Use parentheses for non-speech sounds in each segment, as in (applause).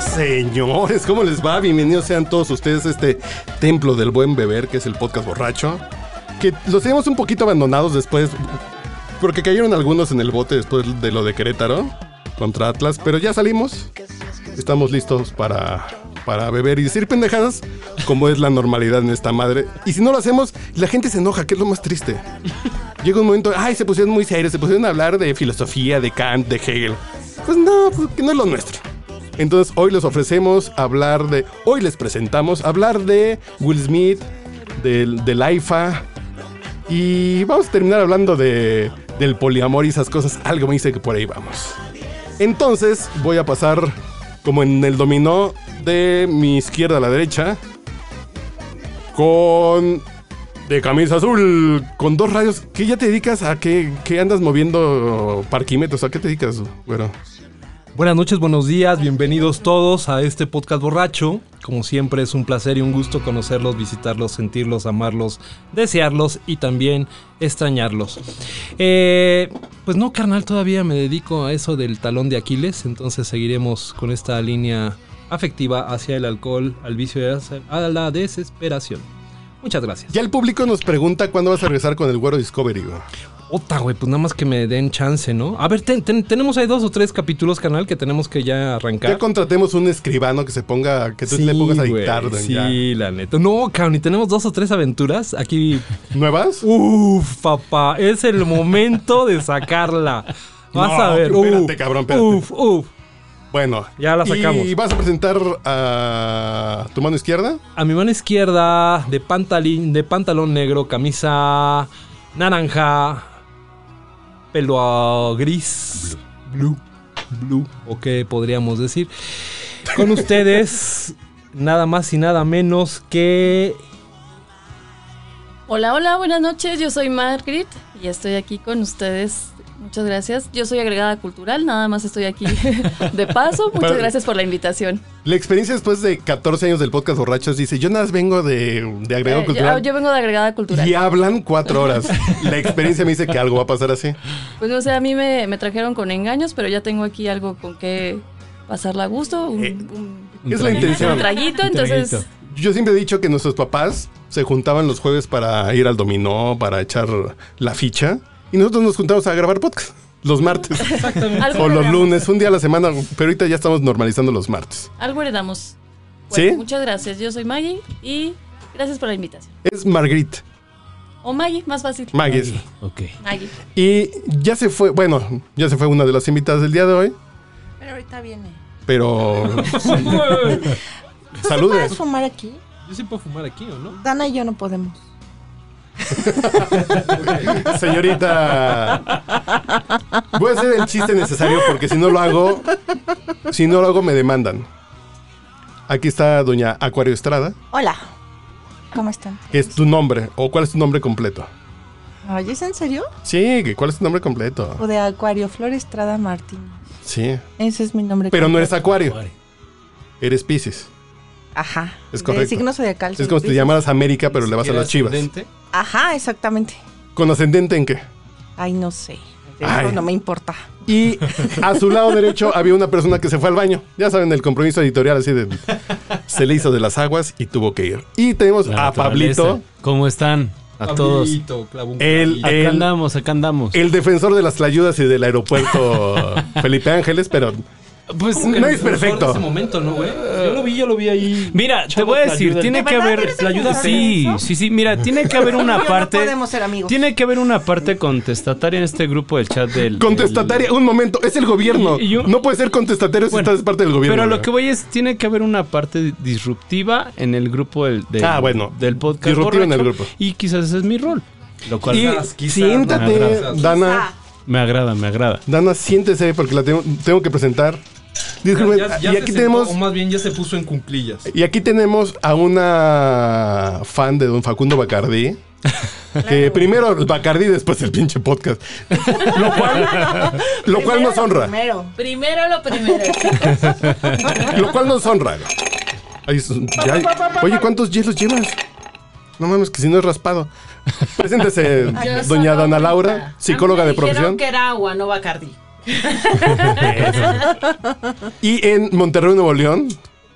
Señores, ¿cómo les va? Bienvenidos sean todos ustedes a este Templo del Buen Beber, que es el podcast borracho. Que los teníamos un poquito abandonados después, porque cayeron algunos en el bote después de lo de Querétaro contra Atlas, pero ya salimos. Estamos listos para, para beber y decir pendejadas, como es la normalidad en esta madre. Y si no lo hacemos, la gente se enoja, que es lo más triste. Llega un momento, ay, se pusieron muy serios, se pusieron a hablar de filosofía, de Kant, de Hegel. Pues no, porque no es lo nuestro. Entonces hoy les ofrecemos hablar de, hoy les presentamos hablar de Will Smith, del, del AIFA y vamos a terminar hablando de, del poliamor y esas cosas. Algo me dice que por ahí vamos. Entonces voy a pasar como en el dominó de mi izquierda a la derecha con de camisa azul con dos radios. ¿Qué ya te dedicas a qué, qué andas moviendo parquímetros? ¿A qué te dedicas? Bueno. Buenas noches, buenos días, bienvenidos todos a este podcast borracho. Como siempre es un placer y un gusto conocerlos, visitarlos, sentirlos, amarlos, desearlos y también extrañarlos. Eh, pues no, carnal, todavía me dedico a eso del talón de Aquiles, entonces seguiremos con esta línea afectiva hacia el alcohol, al vicio y hacia- a la desesperación. Muchas gracias. Ya el público nos pregunta cuándo vas a regresar con el Güero Discovery, güey. Ota, güey, pues nada más que me den chance, ¿no? A ver, ten- ten- tenemos ahí dos o tres capítulos, canal, que tenemos que ya arrancar. Ya contratemos un escribano que se ponga, que tú Sí, le pongas a güey, dictar, güey, Sí, ya. la neta. No, cabrón, y tenemos dos o tres aventuras aquí. ¿Nuevas? Uh, Uf, papá, es el momento de sacarla. Vas No, a ver. espérate, uf, cabrón, espérate. Uf, uf. Bueno. Ya la sacamos. ¿Y vas a presentar a tu mano izquierda? A mi mano izquierda, de pantalín, de pantalón negro, camisa naranja, pelo ah, gris. Blue. Blue. O qué podríamos decir. Con ustedes, (laughs) nada más y nada menos que Hola, hola, buenas noches. Yo soy Margaret y estoy aquí con ustedes. Muchas gracias. Yo soy agregada cultural, nada más estoy aquí (laughs) de paso. Muchas Pero- gracias por la invitación. La experiencia después de 14 años del podcast Borrachos dice, yo nada más vengo de, de agregado Eh, yo- cultural. yo, vengo de agregada cultural. y hablan cuatro horas. La experiencia me dice que algo va a (laughs) pasar así. Pues no sé, a mí me, me trajeron con engaños, pero ya tengo aquí algo con que pasarla a gusto. Un, Eh, un- Es la traguito. un intención. traguito, Un traguito. entonces Yo siempre he dicho que nuestros papás se juntaban los jueves para ir al dominó, para echar la ficha. Y nosotros nos juntábamos a grabar podcast los martes. algo, O (laughs) los heredamos, lunes, un día a la semana. Pero ahorita ya estamos normalizando los martes. algo heredamos. ¿Sí? Muchas gracias. Yo soy Maggie y gracias por la invitación. Es Margrit O Maggie, más fácil. Magues. Ok. Maggie. Y ya se fue, bueno, ya se fue una de las invitadas del día de hoy, Pero ahorita viene. pero Yo ¿Tú sí saludes. puedes fumar aquí? sí puedo fumar aquí, ¿o no? Dana y yo no podemos. Señorita. Voy a hacer el chiste necesario porque si no lo hago, si no lo hago me demandan. Aquí está doña Acuario Estrada, Hola. ¿Cómo están? que es tu nombre, o cuál es tu nombre completo. Oye, ¿es en serio? Sí, que cuál es tu nombre completo. O de Acuario Flor Estrada Martín. Sí. Ese es mi nombre. Pero no eres completo. Acuario, eres Pisces. Ajá. Es De correcto. signo zodiacal. Es como si te llamas. llamaras América, pero le vas a las chivas. Ajá, exactamente. ¿Con ascendente en qué? Ay, no sé. De Ay. eso no me importa. Y a su lado derecho había una persona que se fue al baño. Ya saben, el compromiso editorial así de... Se le hizo de las aguas y tuvo que ir. Y tenemos La a Pablito, naturaleza. ¿Cómo están? A todos. El- eh, Acá el- andamos, acá andamos. el defensor de las tlayudas y del aeropuerto (laughs) Felipe Ángeles, pero pues no es perfecto. ese momento, ¿no, güey? Yo lo vi, yo lo vi (laughs) ahí. Mira, te Chavo, voy a ¿te decir, ayudan? tiene ¿De que verdad haber quieres que ayudarte Sí, en eso? sí, sí, mira, tiene que haber (laughs) una No parte podemos ser amigos. tiene que haber una parte contestataria en este grupo del chat del Contestataria, un momento, es el gobierno. Y- y yo- No puede ser contestatario si Bueno, estás parte del del- gobierno. Pero a lo güey. que voy es tiene que haber una parte disruptiva en el grupo del, del- Ah, bueno, del podcast disruptiva en el borracho, grupo. y quizás ese es mi rol, lo cual Y Quizás, quizás, siéntate, no, quizás. Dana. me agrada, me agrada. Dana, siéntese porque la tengo, tengo que presentar. Disculpen, Ya- ya y se aquí sentó, tenemos... O más bien ya se puso en cumplillas. Y aquí tenemos a una fan de don (laughs) Facundo Bacardí. Que primero el Bacardí, después el (laughs) pinche podcast. Lo cual, lo cual nos honra. Primero. Primero lo primero. Lo cual nos honra. Ay, es- ya- oye, ¿cuántos hielos llevas? No mames, que si no es raspado. (laughs) Preséntese, doña Dana Laura, psicóloga de profesión. era agua, no Bacardi. Y en Monterrey, Nuevo León,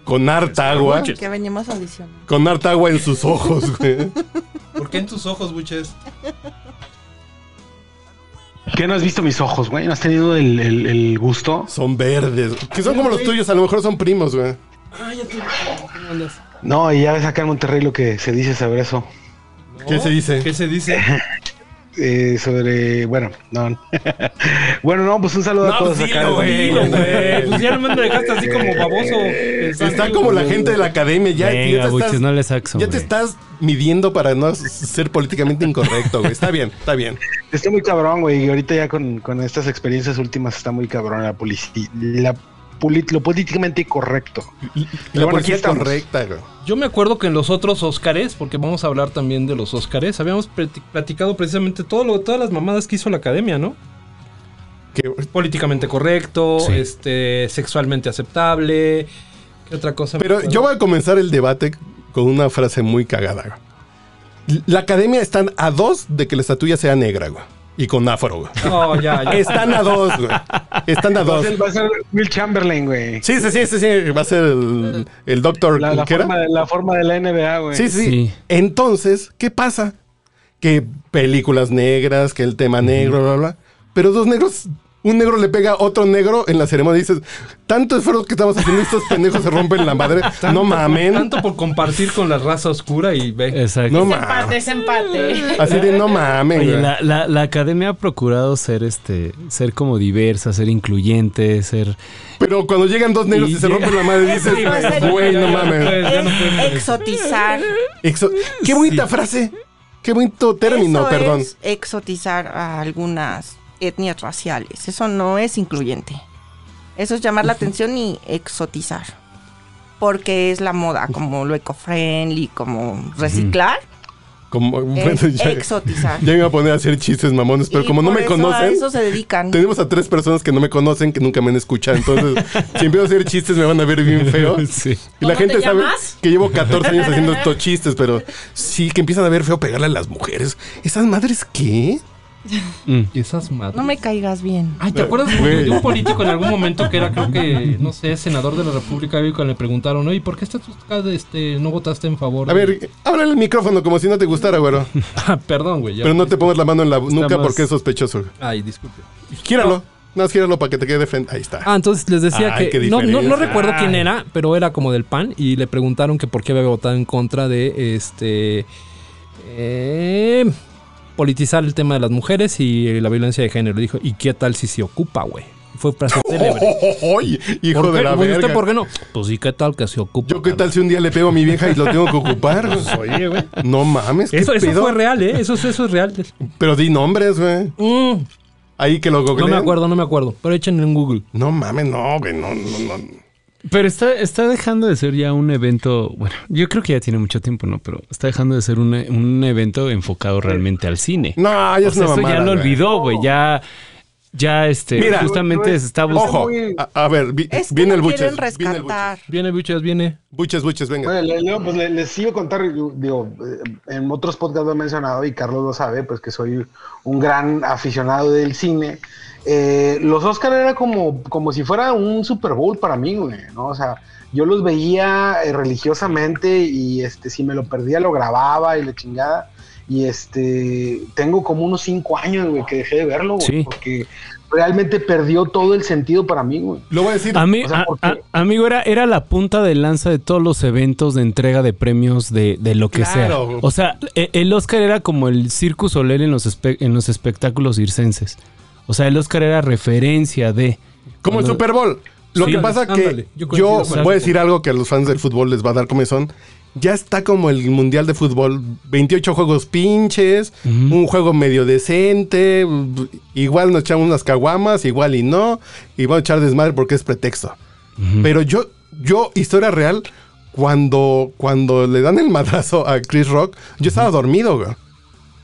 Con harta agua. noches. Que venimos a audicionar. Con harta agua en sus ojos, (laughs) güey. ¿Por qué en tus ojos, buches? ¿Qué no has visto mis ojos, güey? ¿No has tenido el, el- el gusto? Son verdes. Que son como los tuyos, a lo mejor son primos, güey. No, y ya ves acá en Monterrey lo que se dice sobre eso. ¿Qué se dice? ¿Qué se dice? Eh, sobre, bueno, no. (laughs) bueno, no, pues un saludo a todos acá. desde- dilo, güey. Pues ya nomás me dejaste así como baboso. Está como la gente de la academia, ya, Venga, ya te buches, estás, no le saxo. ya te güey. estás midiendo para no s- ser políticamente incorrecto, güey. Está bien, está bien. Está muy cabrón, güey. Y ahorita ya con, con estas experiencias últimas está muy cabrón la policía. La polit- lo políticamente correcto. La bueno, aquí policía es estamos. correcta, güey. Yo me acuerdo que en los otros Óscares, porque vamos a hablar también de los Óscares, habíamos plati- platicado precisamente todo lo, todas las mamadas que hizo la academia, ¿no? Que- Políticamente correcto, Sí. este, sexualmente aceptable. ¿Qué otra cosa? me Pero acuerdo? yo voy a comenzar el debate con una frase muy cagada. güey. La academia están a dos de que la estatuilla sea negra, güey. Y con afro, güey. No, ya, ya. Están a dos, güey. Están a Va a dos. ser, va a ser Will Chamberlain, güey. Sí, sí, sí, sí, sí. Va a ser el, el doctor. La, la ¿qué era? forma, de- la forma de la NBA, güey. Sí, sí, Sí. Entonces, ¿qué pasa? Que películas negras, que el tema negro, bla, bla. Pero dos negros, un negro le pega a otro negro en la ceremonia y dices, tanto esfuerzo que estamos haciendo, estos pendejos se rompen la madre. No mamen. Tanto por compartir con la raza oscura y ve. Exacto. No Empate, mamen. es empate. Así de no mamen. Oye, güey. la, la- la academia ha procurado ser este, ser como diversa, ser incluyente, ser Pero cuando llegan dos negros y, Y pues, se rompen la (laughs) madre, dices, Sí, va a ser- güey, no mamen. Pues, ya no puedes Es hacer eso. exotizar. Exo- Qué bonita frase. Qué bonito término, Eso perdón. es exotizar a algunas etnias raciales. Eso no es incluyente. Eso es llamar la atención y exotizar. Porque es la moda, como lo eco-friendly, como reciclar. Como, Es (laughs) bueno, ya, exotizar. ya me iba a poner a hacer chistes mamones, pero Y como no por me eso A conocen. eso se dedican. Tenemos a tres personas que no me conocen, que nunca me han escuchado. Entonces, si empiezo a hacer chistes, me van a ver bien feo. (laughs) Sí. Y la ¿Cómo gente te sabe llamas? que llevo 14 años haciendo estos chistes, pero sí que empiezan a ver feo pegarle a las mujeres. ¿Esas madres qué? Mm. Esas madres. No me caigas (laughs) bien. Ay, ¿te acuerdas Güey. de un político en algún momento que era, creo que, no sé, senador de la República y cuando le preguntaron, oye, ¿por qué estás buscando, este, no votaste en favor? A de-" ver, habla el micrófono como si no te gustara, güero. Ah, (laughs) perdón, güey. (laughs) ya. Pero no te pongas la mano en la nuca más- porque es sospechoso. Ay, disculpe. Gíralo. Nada más gíralo para que te quede frente. Ahí está. Ah, entonces les decía Ay, qué que no, no, no diferencia. recuerdo quién era, pero era como del PAN y le preguntaron que por qué había votado en contra de este eh, politizar el tema de las mujeres y eh, la violencia de género. Dijo, ¿y qué tal si se ocupa, güey? Fue (laughs) frase célebre. ¡Ay! Hijo ¿Por de qué? la Pues, ¿usted verga. por qué no? Pues sí, ¿qué tal que se ocupa? Yo qué cabrón? tal si un día le pego a mi vieja y lo tengo que (laughs) ocupar. Pues, Oye, güey. No mames, ¿qué Eso, eso pedo? fue real, ¿eh? Eso, eso es real. Pero di nombres, güey. Mm, Ahí que lo no me googleen. acuerdo, no me acuerdo. Pero échenle en Google. No mames, no, güey, no, no, no. Pero está, está dejando de ser ya un evento, bueno, yo creo que ya tiene mucho tiempo, ¿no? Pero está dejando de ser un, un evento enfocado realmente al cine. No, ya O es sea, una eso mamada, ya lo güey. olvidó, güey. Ya, ya este, Mira, justamente se está buscando. Ojo, muy- a, a ver, vi- Es que viene el no buches. quieren Viene el buches. rescatar. Viene, buches, viene. Buches, buches, venga. Bueno, le- le- pues le- les sigo contar, yo- digo, eh, en otros podcasts lo he mencionado y Carlos lo sabe, pues que soy un gran aficionado del cine. Eh, los Oscar era como, como si fuera un Super Bowl para mí, güey, ¿no? O sea, yo los veía eh, religiosamente y este, si me lo perdía lo grababa y la chingada. Y este, tengo como unos cinco años, güey, que dejé de verlo, güey, Sí. porque realmente perdió todo el sentido para mí, güey. Lo voy a decir. A mí, O sea, a- porque- a- amigo, era, era la punta de lanza de todos los eventos de entrega de premios de, de lo que Claro. sea. O sea, e- el Oscar era como el Circus Soler en los, espe- en los espectáculos circenses. O sea, el Oscar era referencia de... Como el cuando- Super Bowl. Lo Sí, que pasa que ándale, yo, yo coincido con voy a eso. decir algo que a los fans del fútbol les va a dar comezón. Ya está como el Mundial de Fútbol, 28 juegos pinches, Ujú. un juego medio decente, igual nos echamos unas caguamas, igual y no, y vamos a echar desmadre porque es pretexto. Pero yo, yo, historia real, cuando, cuando le dan el madrazo a Chris Rock, yo estaba dormido, güey.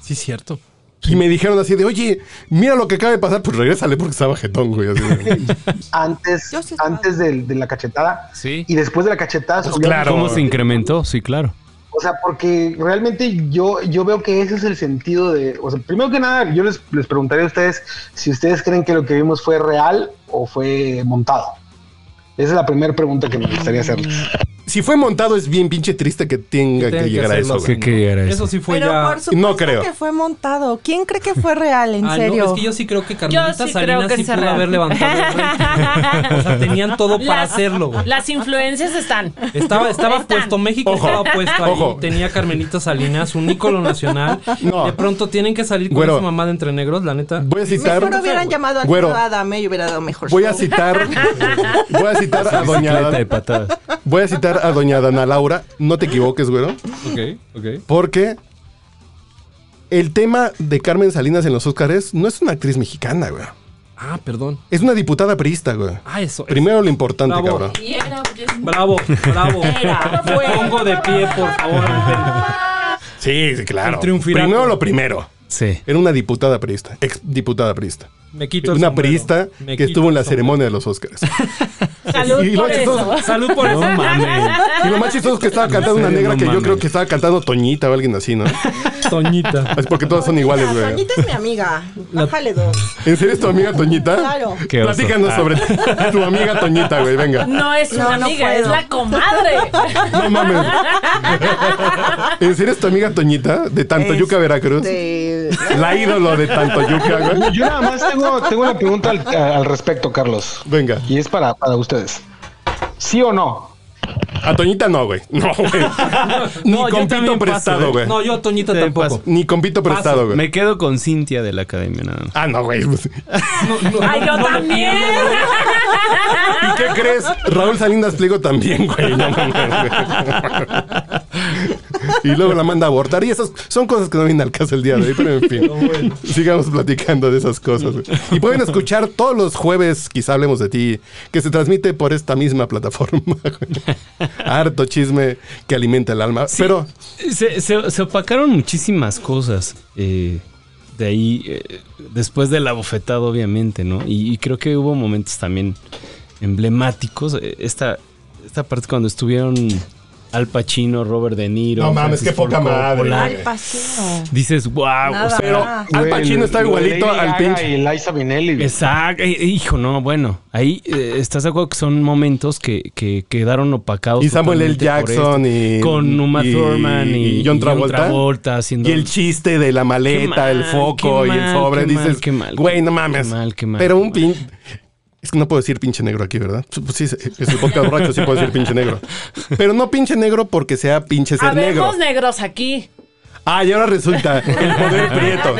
Sí, cierto. Y me dijeron así de, oye, mira lo que acaba de pasar, pues regrésale porque estaba jetón, güey. así (laughs) de- Antes, Yo sí estaba- antes del- de, la cachetada. Sí. Y después de la cachetada, subió- Pues claro. ¿Cómo se incrementó? Sí, claro. O sea, porque realmente yo, yo veo que ese es el sentido de. O sea, primero que nada, yo les, les preguntaría a ustedes si ustedes creen que lo que vimos fue real o fue montado. Esa es la primera pregunta que me gustaría hacerles. Si fue montado, es bien pinche triste que tenga que, Tienen llegar a hacerlo eso. así, güey. Que- que ¿no? llegar a eso. Eso sí fue Pero ya. por supuesto No creo. que fue montado. ¿Quién cree que fue real? En Ah, serio. No, es que yo sí creo que Carmelita sí Salinas creo que sí es pudo real. haber levantado (laughs) el rating. O sea, tenían todo para Las- hacerlo, güey. Las influencias están. Estaba, estaba Están. puesto, México Ojo, estaba puesto ahí. ojo. Tenía Carmelita Salinas, un ícono nacional. No. De pronto tienen que salir con Güero. su mamá de entre negros, la neta. Voy a citar. Mejor hubieran llamado a Güero, Alfredo Adame y hubiera dado mejor Voy a show. (laughs) citar. voy a citar a Bicicleta de doña. patadas. Voy a citar a doña Dana Laura. No te equivoques, güero. Ok, ok. Porque el tema de Carmen Salinas en los Óscares no es una actriz mexicana, güey. Ah, perdón. Es una diputada priista, güey. Ah, eso. es- Primero lo importante, Bravo. cabrón. Y era, pues, es- Bravo, bravo. Era, Me fue. pongo de pie, por favor. Antonio. Sí, sí, claro. El triunvirato. Primero lo primero. Sí. Era una diputada priista, ex diputada priista. Me quito el una sombrero. priista Me quito que estuvo en el la sombrero. ceremonia de los Óscares. (laughs) Salud Y lo por chistoso- eso. Salud por No eso. mames. Y lo más chistoso es que estaba cantando serio? una negra No que yo mames. creo que estaba cantando Toñita o alguien así, ¿no? Toñita. Es porque todas son iguales, Mira, güey. Soñita es (laughs) mi amiga. Bájale dos. ¿En serio es tu amiga Toñita? Claro. Qué oso. Platícanos Ah. sobre tu amiga Toñita, güey, venga. No es una No, no amiga, puedo. es (laughs) la comadre. No mames. ¿En serio es tu amiga Toñita de Tantoyuca, Este- Veracruz? (laughs) De- La ídolo de Tantoyuca, güey. Yo nada más tengo, tengo una pregunta al, al respecto, Carlos. Venga. Y es para, para ustedes. ¿Sí o no? A Toñita no, güey. No, güey. Ni yo compito también paso, prestado, ¿eh? güey. No, yo a Toñita Te tampoco. paso. Ni compito prestado, güey. Me quedo con Cintia de la academia nada más. Ah, no, güey. ¿Y No, no, Ay, yo no, no, también. qué crees? Raúl Salinas Pliego también, güey. No mames, güey. Y luego la manda a abortar. Y esas son cosas que no vienen al caso el día de hoy, pero en fin. Sigamos platicando de esas cosas. güey. Y pueden escuchar todos los jueves, quizá hablemos de ti, que se transmite por esta misma plataforma. güey. Harto chisme que alimenta el alma. Pero Se, se- se opacaron muchísimas cosas. eh, de ahí, eh, después de la bofetada, obviamente, ¿no? Y, y creo que hubo momentos también emblemáticos. eh, Esta, esta parte cuando estuvieron Al Pacino, Robert De Niro. No mames, Francis qué poca Ford madre. Coppola. Al Al Pacino. Dices, wow. Nada. Ah. Al Pacino está Lo de igualito Lady al Gaga pinche. Y Liza Minnelli. güey. Exacto, eh, hijo, no, bueno, ahí eh, estás de acuerdo que son momentos que, que quedaron opacados. Y Samuel L. totalmente por Jackson esto. y- Con Uma y- Thurman y, y John Travolta. haciendo. Y el chiste de la maleta, Qué mal, el foco qué y el mal, sobre, qué mal, dices, qué mal, güey, qué no mal, mames. qué mal, qué mal, Pero qué un pin... Es que no puedo decir pinche negro aquí, ¿verdad? Pues sí, es el podcast borracho, sí puedo decir pinche negro. Pero no pinche negro porque sea pinche ser negro. Habemos negros aquí. Ah, y ahora resulta el poder prieto.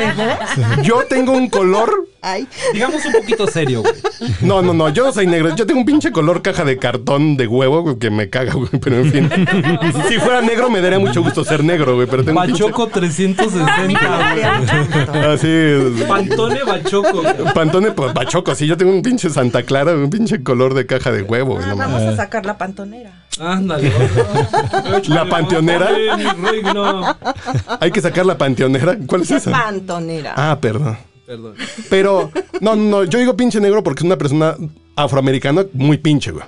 Yo tengo un color... Ay. Digamos un poquito serio, güey. No, no, no, yo no soy negro. Yo tengo un pinche color caja de cartón de huevo güey, que me caga, güey. Pero en fin. Si fuera negro me daría mucho gusto ser negro, güey. Pero tengo un pinche- Bachoco 360, güey. Así es. Pantone Bachoco. güey. Pantone pues, Pachoco, sí, yo tengo un pinche Santa Clara, un pinche color de caja de huevo. güey, Ah, no mames. vamos a sacar la pantonera. Ándale. La panteonera. Ay, mi reino. Hay que sacar la panteonera. ¿Cuál es esa? Pantonera. Ah, perdón. Perdón. Pero, no, no, yo digo pinche negro porque es una persona afroamericana muy pinche, güey.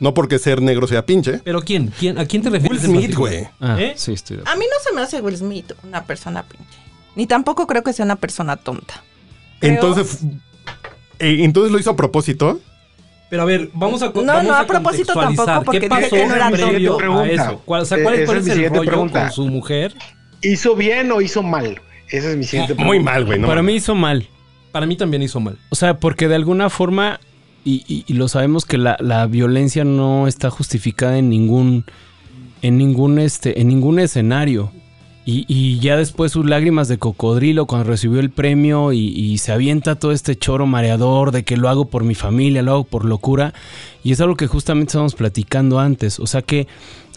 No porque ser negro sea pinche. ¿Pero quién? ¿Quién? ¿A quién te refieres? Will Smith, en particular? güey. Ah, ¿Eh? sí, estoy de acuerdo. A mí no se me hace Will Smith una persona pinche. Ni tampoco creo que sea una persona tonta. Creo- Entonces, eh, entonces lo hizo a propósito. Pero a ver, vamos a co- No, vamos no, a propósito contextualizar. tampoco, porque ¿Qué dije pasó que no era previo tonto. a eso? ¿Cuál, o sea, Eh, cuál, esa cuál es es mi el siguiente rollo pregunta. con su mujer? ¿Hizo bien o hizo mal? Esa es mi siguiente pregunta. Muy mal, güey. no Para mames. mí hizo mal. Para mí también hizo mal. O sea, porque de alguna forma, y, y- y lo sabemos que la, la violencia no está justificada en ningún, en ningún, este, en ningún escenario. Y, y ya después sus lágrimas de cocodrilo cuando recibió el premio y, y se avienta todo este choro mareador de que lo hago por mi familia, lo hago por locura. Y es algo que justamente estábamos platicando antes. O sea que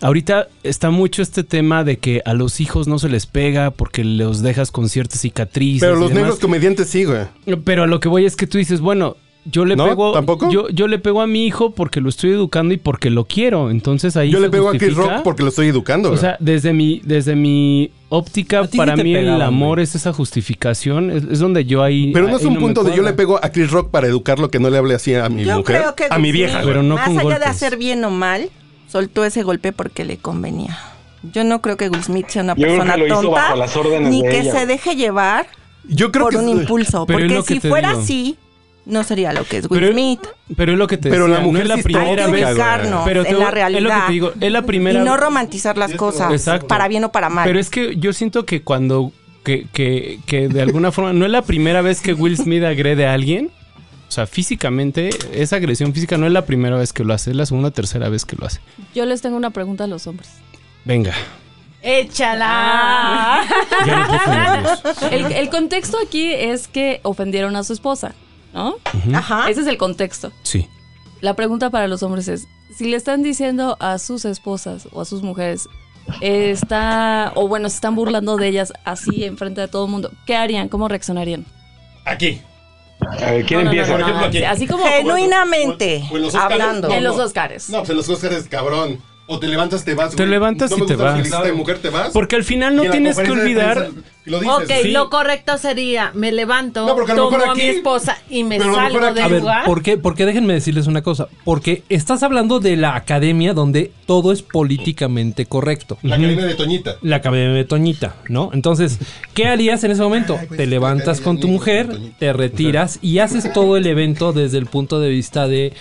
ahorita está mucho este tema de que a los hijos no se les pega porque los dejas con ciertas cicatrices. Pero y los demás. negros comediantes sí, güey. Pero a lo que voy es que tú dices, bueno, yo le ¿No? pego. ¿Tampoco? Yo, yo le pego a mi hijo porque lo estoy educando y porque lo quiero. Entonces ahí. Yo le se pego a Chris justifica. Rock porque lo estoy educando. O güey. sea, desde mi, desde mi óptica, A ti sí para te mí el pegaban, amor güey. es esa justificación. Es, es donde yo ahí. pero no es ahí un me punto de yo cuadra. le pego a Chris Rock para educarlo que no le hable así a mi Yo mujer. creo que a mi sí. vieja. güey. Pero no Más con allá de golpes. hacer bien o mal, soltó ese golpe porque le convenía. Yo no creo que Will Smith sea una Yo creo que persona lo hizo tonta, bajo las órdenes ni de que ella. se deje llevar Yo creo por que un impulso. Pero es porque lo que si te fuera digo. así, no sería lo que es Will Pero- Smith. Pero es lo que te Pero la decía, mujer no es sí la está primera tóxica, vez. güey. ubicarnos Pero te en voy- la realidad. Es lo que te digo, es la primera y no romantizar las cosas, Exacto. para bien o para mal. Pero es que yo siento que cuando. Que, que, que de alguna forma. No es la primera vez que Will Smith agrede a alguien. O sea, físicamente, esa agresión física no es la primera vez que lo hace, es la segunda o tercera vez que lo hace. Yo les tengo una pregunta a los hombres. Venga. (laughs) Échala. Ya no puse nervios. Ah. El, el contexto aquí es que ofendieron a su esposa, ¿no? Ajá. Ese es el contexto. Sí. La pregunta para los hombres es, si le están diciendo a sus esposas o a sus mujeres, eh, está, o bueno, se están burlando de ellas así enfrente de todo el mundo, ¿qué harían? ¿Cómo reaccionarían? Aquí. A ver, ¿quién No, no, empieza? no, no, no, Así como Genuinamente, O en Pues, los Óscares, hablando. no, en los no. Oscars. No, pues en los Óscares, cabrón. O te levantas, te vas. Te güey. levantas No y me te gusta vas. su lista de mujer, te vas. Porque al final Y en no la tienes que conferencia de olvidar. prensa Lo dices. Ok, Sí. lo correcto sería, me levanto, No, porque a lo tomo mejor a mi aquí- esposa y me pero a lo mejor salgo aquí- del A ver, lugar. ¿por qué? Porque déjenme decirles una cosa. Porque estás hablando de la academia donde todo es políticamente correcto. La cadena de Toñita. La academia de Toñita, ¿no? Entonces, ¿qué harías en ese momento? güey, te sí, levantas ya, ya, con ya, tu ya, mujer, Toñita. te retiras y haces todo el evento desde el punto de vista de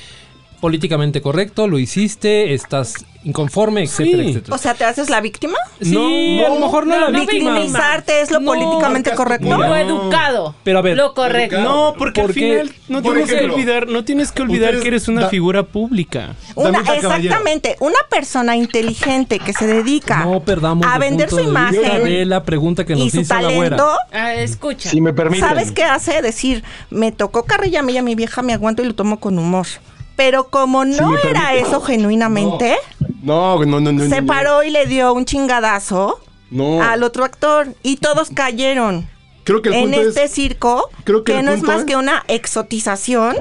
políticamente correcto, lo hiciste, estás inconforme, etcétera, Sí. etcétera. O sea, ¿te haces la víctima? Sí, No, a lo mejor no, no, la no víctima. Victimizarte es lo No, políticamente marcas tu correcto. Lo No. educado. Pero a ver, Lo correcto. educado. No, porque al ¿Por qué? final no Por tienes que ejemplo, olvidar, no tienes que olvidar ustedes que eres una da- figura pública. Una, Damita Caballero. exactamente, una persona inteligente que se dedica No perdamos a de vender su punto de vista imagen de la pregunta que y nos su hizo la güera. talento, Ah, escucha. Si me permiten. ¿sabes qué hace? Decir, me tocó carrilla mía, mi vieja me aguanto y lo tomo con humor. Pero como no me era permite. eso genuinamente, No, güey, no, no, no. se no, paró y le dio un chingadazo No. al otro actor y todos cayeron. Oh. Creo que el en punto este es. circo creo que que, el no es punto más es- que una exotización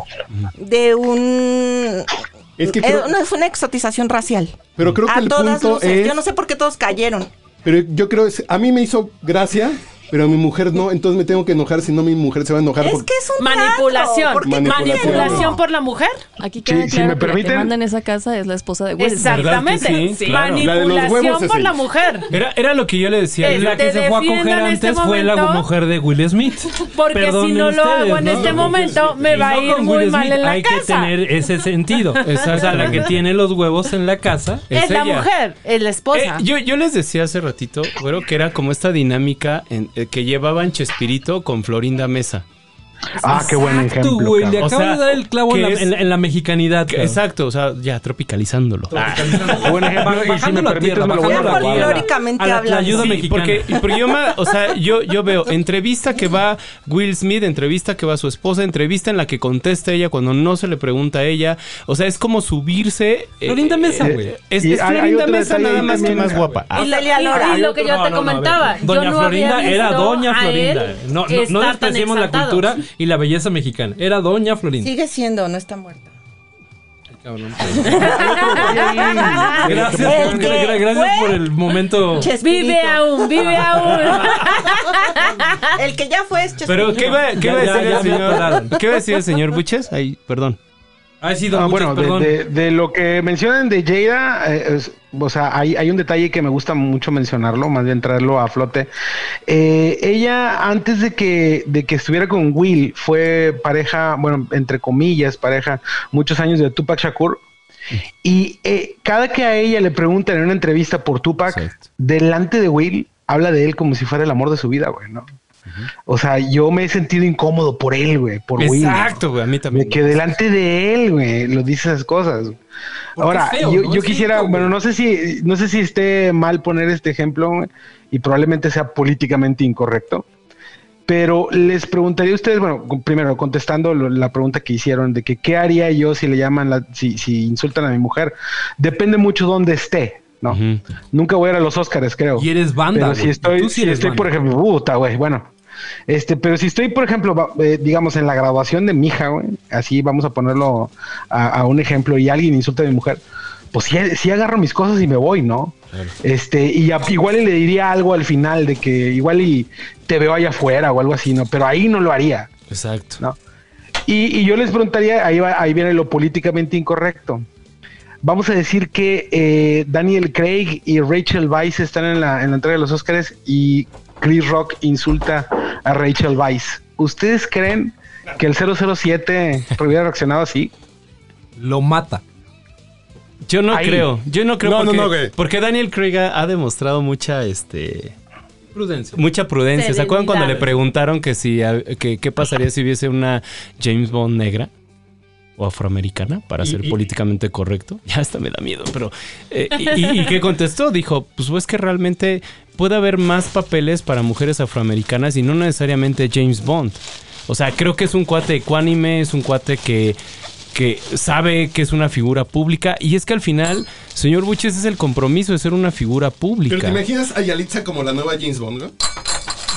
de un Es que eh, creo- no es una exotización racial. Pero creo que a el todas punto luces. es. Yo no sé por qué todos cayeron. Pero yo creo es. A mí me hizo gracia, pero a mi mujer no. Entonces me tengo que enojar, si no mi mujer se va a enojar. Es porque- que es un Manipulación. teatro, porque Manipulación. Manipulación por la mujer. Aquí Sí, queda si claro me que la que permiten- manda en esa casa es la esposa de Will. Exactamente. Pues, ¿Verdad que sí? Claro. La de los huevos Manipulación es por la ella. mujer. Era, era lo que yo le decía. Eh, la te que se fue a defiendo coger en este antes fue la momento. mujer de Will Smith. (laughs) Porque si Perdonen no lo hago ustedes, en ¿no? este Y momento, me no va a ir con muy Will mal Smith, en la Hay que casa. tener ese (laughs) sentido. O sea, la que tiene los huevos en la casa Es, es, la ella. mujer, es la Eh, esposa. yo, yo les decía hace ratito, creo que era como esta dinámica en- eh, que llevaban Chespirito con Florinda Mesa. Ah, qué buen Exacto, ejemplo. güey, le cabrón. O acabas sea, de dar el clavo en que la, es- en la- en la mexicanidad. Que- cabrón. Exacto, o sea, ya tropicalizándolo. Ah. Qué buen ejemplo. Y si me Bajándolo a tierra, permites, me lo voy bajándolo a a robar. tierra. folclóricamente A la hablando. tlayuda Sí, mexicana. porque, y porque yo, ma- o sea, yo, yo veo entrevista que va Will Smith, entrevista que va su esposa, entrevista en la que contesta ella cuando no se le pregunta a ella. O sea, es como subirse. eh, Florinda Mesa, eh, güey. Es, Y es hay- hay Florinda otro Mesa detalle nada ahí más que también, más güey. guapa. Ah, Y, y- y lo que yo No, te no, no, a comentaba, ver. Doña yo no había Florinda era visto Doña a Florinda. él No, no, no estar tan despreciemos la exaltado. cultura y la belleza mexicana. Era Doña Florinda. Sigue siendo, no está muerta. Cabrón. (laughs) Ah, Gracias, El por- que gra- gracias fue- por el momento. Chespirito. Vive aún, vive aún. El que ya fue es Chespirito. Pero, ¿qué va, qué va a Ya, decir ya, el ya me señor? acordaron. ¿Qué va a decir el señor Buches? Ay, perdón. Ha sido Ah, mucho, bueno, de- perdón. de, de lo que mencionan de Jada, eh, es- o sea, hay, hay un detalle que me gusta mucho mencionarlo, más bien traerlo a flote. Eh, ella, antes de que, de que estuviera con Will, fue pareja, bueno, entre comillas, pareja, muchos años de Tupac Shakur. Y eh, cada que a ella le preguntan en una entrevista por Tupac, Exacto. delante de Will, habla de él como si fuera el amor de su vida, güey, ¿no? O sea, yo me he sentido incómodo por él, güey, por Will. ¿no? Exacto, güey, a mí De también. que delante de él, güey, lo dice esas cosas. Porque Ahora, es feo, yo, ¿no? yo Es quisiera, feo, güey. bueno, no sé si, no sé si esté mal poner este ejemplo güey, y probablemente sea políticamente incorrecto, pero les preguntaría a ustedes, bueno, con- primero contestando lo- la pregunta que hicieron de que qué haría yo si le llaman, la, si, si insultan a mi mujer, depende mucho dónde esté, ¿no? Ujú. Nunca voy a ir a los Óscares, creo. Y eres banda, Pero güey. si estoy, Tú sí si eres estoy banda. por ejemplo, puta, güey, bueno. Este, pero si estoy, por ejemplo, va- eh, digamos, en la graduación de mi hija, güey, así vamos a ponerlo a, a un ejemplo, y alguien insulta a mi mujer, pues sí, sí agarro mis cosas y me voy, ¿no? Este, y a- igual y le diría algo al final de que igual y te veo allá afuera o algo así, ¿no? Pero ahí no lo haría. Exacto. ¿no? Y, y yo les preguntaría, ahí, va- ahí viene lo políticamente incorrecto. Vamos a decir que eh, Daniel Craig y Rachel Weisz están en la, en la entrega de los Oscars y Chris Rock insulta a Rachel Weisz. ¿Ustedes creen que el 007 hubiera reaccionado así. Lo mata. Yo no Ahí. creo. Yo no creo No, no, porque, no, güey. porque Daniel Craig ha, ha demostrado mucha este Prudencia. mucha prudencia. ¿Se acuerdan cuando le Serenidad. preguntaron que si a- que qué pasaría si hubiese una James Bond negra o afroamericana para Y- ser y- políticamente correcto? (laughs) Ya hasta me da miedo, pero eh, y, y- y qué contestó? Dijo, "Pues es que realmente puede haber más papeles para mujeres afroamericanas y no necesariamente James Bond." O sea, creo que es un cuate ecuánime, es un cuate que, que sabe que es una figura pública. Y es que al final, señor Buches, es el compromiso de ser una figura Pero te pública. imaginas a Yalitza como la nueva James Bond, ¿no?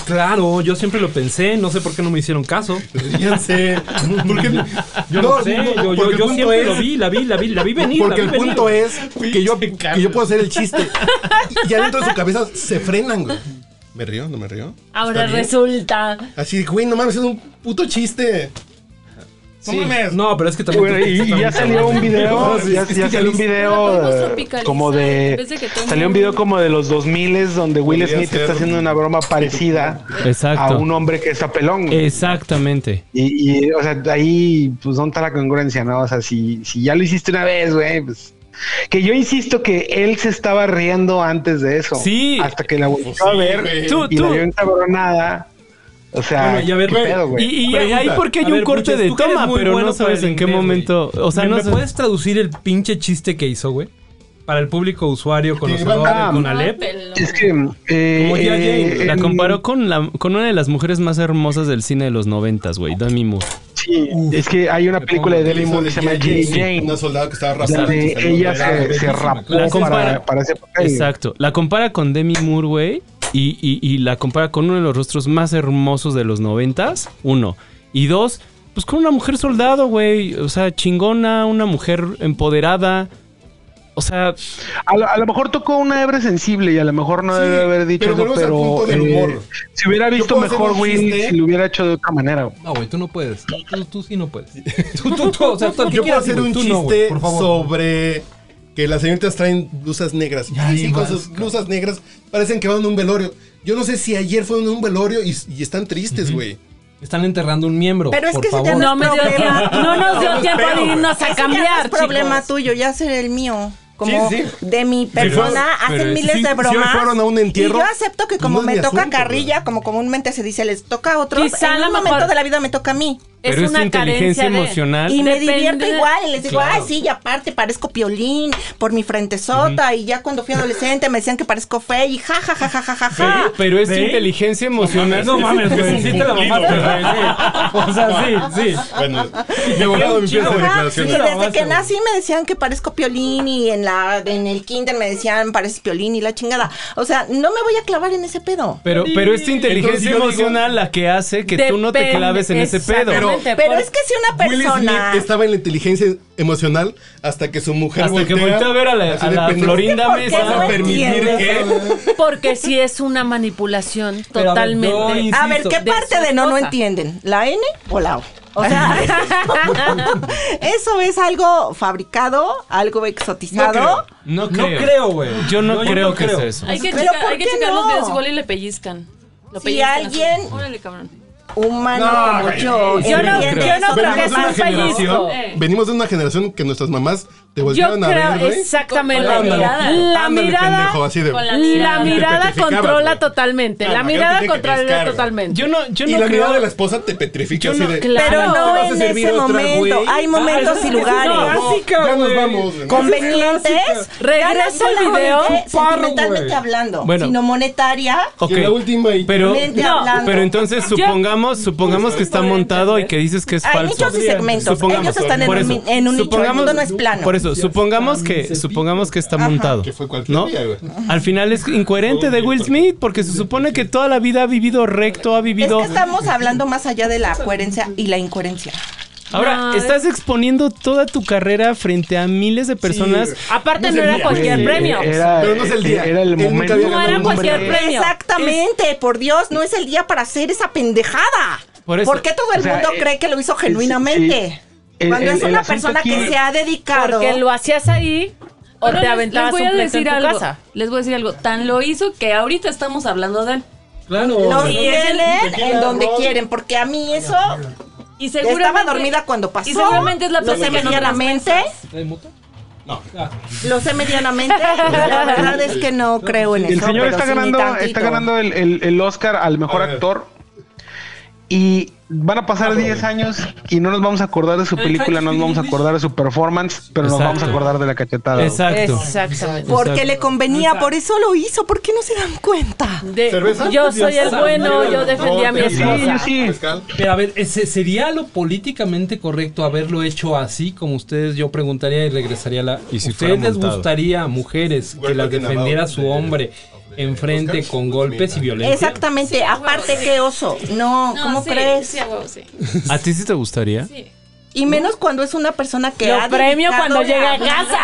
Claro, yo siempre lo pensé, no sé por qué no me hicieron caso. Ríanse. Porque, Yo no, sé, yo, yo, porque el yo punto siempre es- lo vi, la vi, la vi, la vi venir. Porque la el vi venir. punto es que yo, que yo puedo hacer el chiste. Y ya dentro de su cabeza se frenan, güey. ¿Me río? ¿No me río? ¿Está Ahora bien? resulta. Así, güey, no mames, es un puto chiste. Sí. No mames. No, pero es que también. Bueno, tú- y, tú y ya también salió un video, No, sí, ya, es que ya sí, salió un Yalitza. Pero lo video podemos eh, tropicalizar, como en vez de que de todo el salió un mundo- video como de los 2000 donde Will Podría Smith ser- está haciendo una broma parecida a Exacto. un hombre que está pelón. Eh, güey. Exactamente. Y, y, o sea, ahí, pues, ¿dónde está la congruencia, no? O sea, si, si ya lo hiciste una vez, güey, pues... Que yo insisto que él se estaba riendo antes de eso. Sí. Hasta que la volvió a ver Tú- y tú. la vio encabronada. O sea, Bueno, y a ver, ¿qué güey, pedo, güey? Y, y Pues, Pregunta. ahí porque hay A un ver, corte Puches, de tú que eres toma, muy pero bueno no para sabes el en qué inglés, momento. güey. O sea, ¿Me, no me sé- puedes traducir el pinche chiste que hizo, güey? Para el público usuario conocedor Van del Damme. Conalep. Pelón. Es que... eh, Como ya eh, Jane, La en- comparó con, la, con una de las mujeres más hermosas del cine de los noventas, güey. Demi Moore. Sí, es que hay una me película de pongo Demi Moore que se llama Jane. Jane, Una soldado que estaba rapada. donde ella se, se rapó La compara- para, para ese papel. Exacto. La compara con Demi Moore, güey. Y, y- y la compara con uno de los rostros más hermosos de los noventas. Uno. Y dos, pues con una mujer soldado, güey. O sea, chingona, una mujer empoderada. O sea, A lo, a lo mejor tocó una hebra sensible y a lo mejor no Sí, debe haber dicho pero eso, volvemos al pero punto eh, del humor. si hubiera Yo visto puedo hacer mejor un Will chiste. si lo hubiera hecho de otra manera. güey. No, güey, tú no puedes. Tú, tú, tú sí no puedes. (laughs) Tú, tú, tú, o sea, tú, ¿qué Yo puedo quieres, hacer güey? un Tú no, güey, chiste por favor. sobre que las señoritas traen blusas negras. Ya, Y sí, ahí con vas, sus blusas negras parecen que van a un velorio. Yo no sé si ayer fueron a un velorio y, y están tristes, güey. Están enterrando un miembro. Pero es por que se favor. te No, me dio Problema. tiempo- no nos dio No, tiempo espero, de irnos a Ese ya no cambiar. es problema chicos. tuyo, ya será el mío. Como Sí, sí. de mi persona Pero- hacen pero miles sí, de sí bromas. fueron a un entierro, y yo acepto que pues como no es me mi toca asunto, carrilla, como comúnmente se dice, les toca a otros, Quizá a en lo un mejor- momento de la vida me toca a mí. Es pero es una inteligencia carencia de- emocional. Y me Depende divierto de- igual, y les digo, ay, sí, y aparte parezco piolín por mi frente sota, y ya cuando fui adolescente me decían que parezco fea, y ja, ja, ja, ja, ja, ja, ja. Pero- Pero es Ah. ¿Ve? inteligencia emocional. (laughs) No mames, Es güey. Sí te la mamaste, güey. sí. O sea, sí, sí. Bueno, de volado empieza Ajá, la y declaración. Ah, desde que nací me decían que parezco piolín y en la en el kinder me decían pareces piolín y la chingada. O sea, no me voy a clavar en ese pedo. Pero, pero es tu inteligencia Entonces yo digo- emocional la que hace que tú no te Depende, claves en ese pedo. Pero- exactamente, Pero por- es que si una Will persona Smith estaba en la inteligencia emocional hasta que su mujer Hasta que voltea, volteé a ver a la, así a de la pendejo. Florinda ¿Por qué Mesa. ¿Vas a permitir entiendes? que...? Porque sí es una manipulación Pero a ver, yo totalmente. insisto. a ver, ¿qué de parte su de no no esposa. entienden? ¿La N o la O? O sea, eso es algo fabricado, algo exotizado. No No creo. creo, güey. Yo no, creo que sea eso. Hay que, Pero checar, ¿por hay que qué checar los no? videos, igual y le pellizcan. Lo Si pellizcan así. alguien- Órale, cabrón. humano No, como güey. yo. Yo no- entiende yo no eso creo Venimos que de sea una un pellizco. generación... Eh. Venimos de una generación que nuestras mamás te Yo voltearon a creo, ver, güey. exactamente. Con la Pues, La mirada. Ándale, mirada. pendejo, así de- Con la La mirada. mirada petrificabas, controla güey. totalmente. No, La no, creo que mirada tiene que controla pellizcar, güey. totalmente. Yo no, yo Y no la mirada creo. de la esposa te petrifica así de... Pero Claro. no ¿Vas a en servir ese otra, momento. güey? Hay momentos y lugares. Ya nos vamos. güey. convenientes, clásica. Regresa ya no el solamente video. sentimentalmente Parro, güey. hablando, Bueno. sino monetaria. Ok, Y la última y... Pero, Mente No, hablando. pero entonces supongamos, supongamos que está montado y que dices que es hay falso. nichos y segmentos. Pues, Supongamos, Ellos están en por un, eso, min- en un nicho. El supongamos- mundo no es plano. Por eso, supongamos que, supongamos que está montado. Que fue cualquier ¿No? día, güey. Al final es incoherente de Will Smith porque se supone que toda la vida ha vivido recto, ha es vivido... que estamos hablando más allá de la coherencia y la incoherencia. Ahora, No, estás exponiendo toda tu carrera frente a miles de personas. Aparte, no era cualquier Eh, premio. Era, eh, Pero no es el día. Era Él el nunca momento. había No era ganado un cualquier premio. premio. Exactamente, por Dios, no es el día para hacer esa pendejada. Por Por, eso. qué todo el O sea, mundo eh, cree que lo hizo es- genuinamente? sí. El- Cuando el- es el una asunto persona que aquí- se ha dedicado. Porque lo hacías ahí o Pero te les- aventabas les voy un a pleito en decir tu algo. casa. Les voy a decir algo. Tan lo hizo que ahorita estamos hablando de él. Claro. Los güey. es el- tienen Tequila en donde Ron. quieren, porque a mí eso Y seguramente, Estaba dormida cuando pasó. Y seguramente es la Lo sé plática que no te das medianamente. cuenta. ¿Trae mota? No. Ah. Lo sé medianamente. La verdad es que no creo en El eso. señor pero está sí, ni ganando, tantito. está ganando el, el- el Oscar al mejor A ver. actor. Y van a pasar 10 años y no nos vamos a acordar de su película, no nos vamos a acordar de su performance, pero nos Exacto. vamos a acordar de la cachetada. Exacto. Exactamente. Porque le convenía, por eso lo hizo. ¿Por qué no se dan cuenta? De- ¿Cerveza? Pues yo soy el bueno, yo defendí a mi Sí, esposa. yo sí. Mezcal. Pero a ver, ¿ese ¿sería lo políticamente correcto haberlo hecho así como ustedes? Yo preguntaría y regresaría a la... ¿Y si fuera ¿Ustedes les montado? gustaría, mujeres, que Huerta las que navaba defendiera su de- hombre de enfrente Oscar. con golpes y violencia? Exactamente. Aparte, qué oso. No, No, ¿cómo sí, crees? Sí, a huevo, sí. ¿A ti sí te gustaría? Sí. Y menos cuando es una persona que Lo ha premio dedicado cuando la- llega a casa.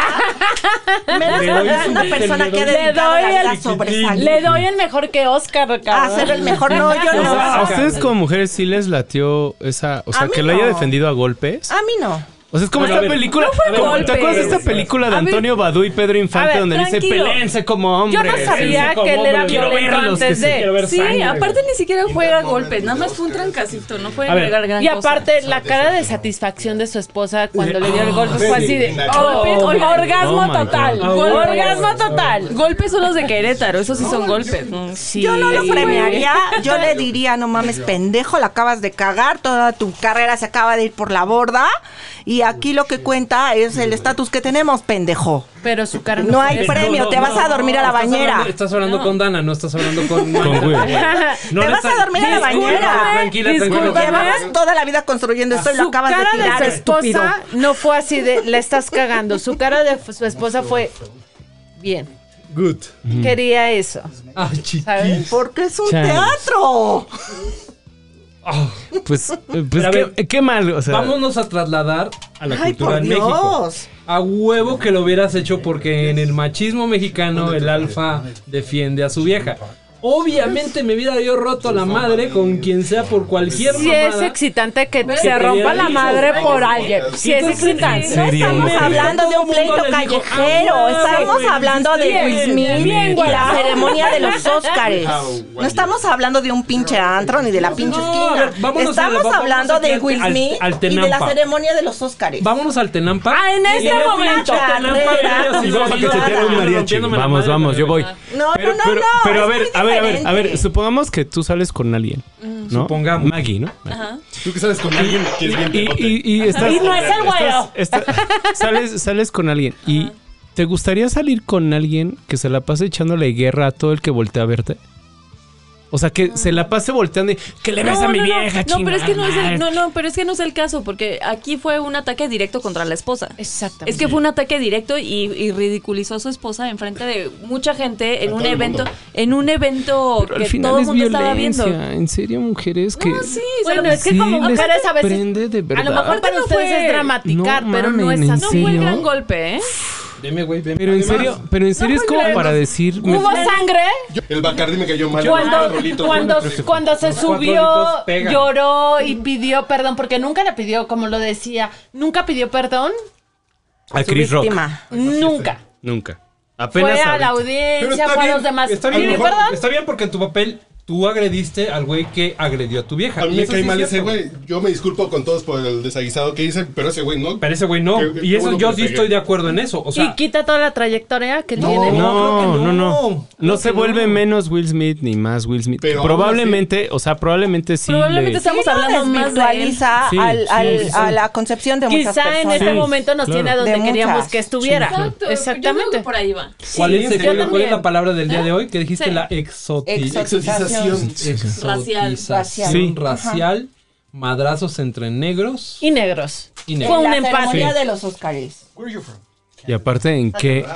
(laughs) Menos Le cuando doy es su una Oscar, persona le que ha doy- (laughs) dedicado le la doy vida a el- sobresalir. Le doy el mejor que Oscar, A cabrón. ser el mejor. No, yo O no. sea, ¿a A ustedes como mujeres sí les latió esa... O sea, mí que lo haya no. defendido a golpes? mí no. O sea, es como Bueno, a esta ver. película... como- golpes. ¿Te acuerdas de esta película de A ver. Antonio Badú y Pedro Infante A ver, donde dice tranquilo. pelense como Yo hombres? no sabía que él era Quiero violento verlos, que antes sí, quiero de. ver Sí, sangre. aparte ni siquiera juega golpes, nada más fue un trancacito, no fue A ver, agregar gran Y cosa. aparte, la cara de satisfacción de su esposa cuando le dio Ah, el golpe fue así de. Oh, "Oh, my God. orgasmo total. Oh, my God. Orgasmo total. Golpes son los de Querétaro, esos sí son golpes. Sí, Yo no lo güey. premiaría, yo le diría, no mames, pendejo, la acabas de cagar, toda tu carrera se acaba de ir por la borda y aquí lo que cuenta es el estatus que tenemos, pendejo. Pero su cara No hay es- Pero premio, te vas a dormir a la estás bañera. hablando- estás hablando con Dana, no estás hablando con... Con Will. No, Te no vas a está- dormir a la Discúlpame, bañera. Tranquila, Discúlpame. tranquila. Llevabas toda la vida construyendo esto y lo Su acabas de cara de, tirar, su estúpido. esposa no fue así de la estás cagando. Su cara de f- su esposa fue bien. Good. Quería eso. Ay, chiquis. ¿Sabes? Porque es un Chale. teatro. Ah, Pues, eh, pues Pero a qué, ver, qué mal, o sea... vámonos a trasladar a la Ay, cultura por en México. Dios. A huevo que lo hubieras hecho porque en el machismo mexicano el alfa defiende a su vieja. Obviamente mi vida dio roto la madre con quien sea por cualquier Si es mamada. excitante que se quería rompa la hijos, madre güey. por alguien. Si es Entonces, excitante. ¿no serio? Estamos Pero hablando de un pleito callejero. Estamos hablando de Luis Miguel y la ceremonia de los Óscares. No estamos hablando de un pinche antro ni de la pinche No, a ver, esquina. vámonos a- Estamos va- vamos hablando aquí de al- Will al- Smith al y de la Tenampa. ceremonia de los Óscares. Vámonos al Tenampa. Ah, en este momento. Sí, vamos a que se tiene un mariachi. Vamos, vamos, yo voy. No, Pero, no, no, pero- no. pero a es ver, muy a ver, a ver, diferente. a ver, supongamos que tú sales con alguien, ¿no? Supongamos. Maggie, ¿no? Tú que sales con alguien que es bien Y, pelote. y- y estás, Y no es el güero. estás- estás- sales, sales con alguien y ¿te gustaría salir con alguien que se la pase echándole guerra a todo el que voltea a verte? O sea, que se la pase volteando y que le ves a mi vieja, no, pero es que no es chingada el, no, madre". no, pero es que no es el caso, porque aquí fue un ataque directo contra la esposa. Exactamente. Es que fue un ataque directo y, y ridiculizó a su esposa en frente de mucha gente en un todo el evento, mundo. en un evento Pero que al final todo el es mundo estaba viendo. violencia. En serio, mujeres que No, sí, Bueno, solo- es que como les mujeres a veces- prende de A verdad. lo mejor para No ustedes fue- es dramaticar, No pero no mamen, es ¿en así. no fue el serio? gran golpe, ¿eh? Deme, güey, ven. Pero en Además, serio, pero en serio es como culero. para decir me- Hubo sangre Yo- el Bacardi me cayó mal. cuando, Cuatro litros, cuando, bueno, pero- cuando se Cuatro subió, litros pega. lloró y pidió perdón, porque nunca le pidió, como lo decía, nunca pidió perdón, a Su Chris Rock. víctima. nunca. Nunca. Fue Apenas a la ahorita. Pero audiencia, está fue a bien, los demás. Está ¿Pidió bien, perdón? está bien porque en tu papel tú agrediste al güey que agredió a tu vieja. A mí Y me eso cae sí es mal ese cierto. güey. Yo me disculpo con todos por el desaguisado que hice, pero ese güey no. Pero ese güey no. Qué- qué Y eso bueno yo que sí pegué. estoy de acuerdo en eso. O sea, y quita toda la trayectoria que No. tiene. creo No, que no, no. no. No, Creo se que vuelve no. menos Will Smith ni más Will Smith. Pero aún probablemente, o sea, probablemente sí. Probablemente le- estamos Sí, no hablando más de él. desvirtualiza Sí, al- sí, al- sí, sí. a la concepción de muchas Quizá en personas. este Sí, momento nos claro. tiene a De donde muchas. queríamos que estuviera. Exacto, yo creo Exactamente. que por ahí va. ¿Cuál, es, el- yo cuál es también. la palabra del día de hoy? Que dijiste Sí. la exoti- Exotización. Racial, exotización Sí. racial, madrazos entre negros Y negros. y Fue negros. un la empate. ceremonia de los Óscares. Y aparte en qué.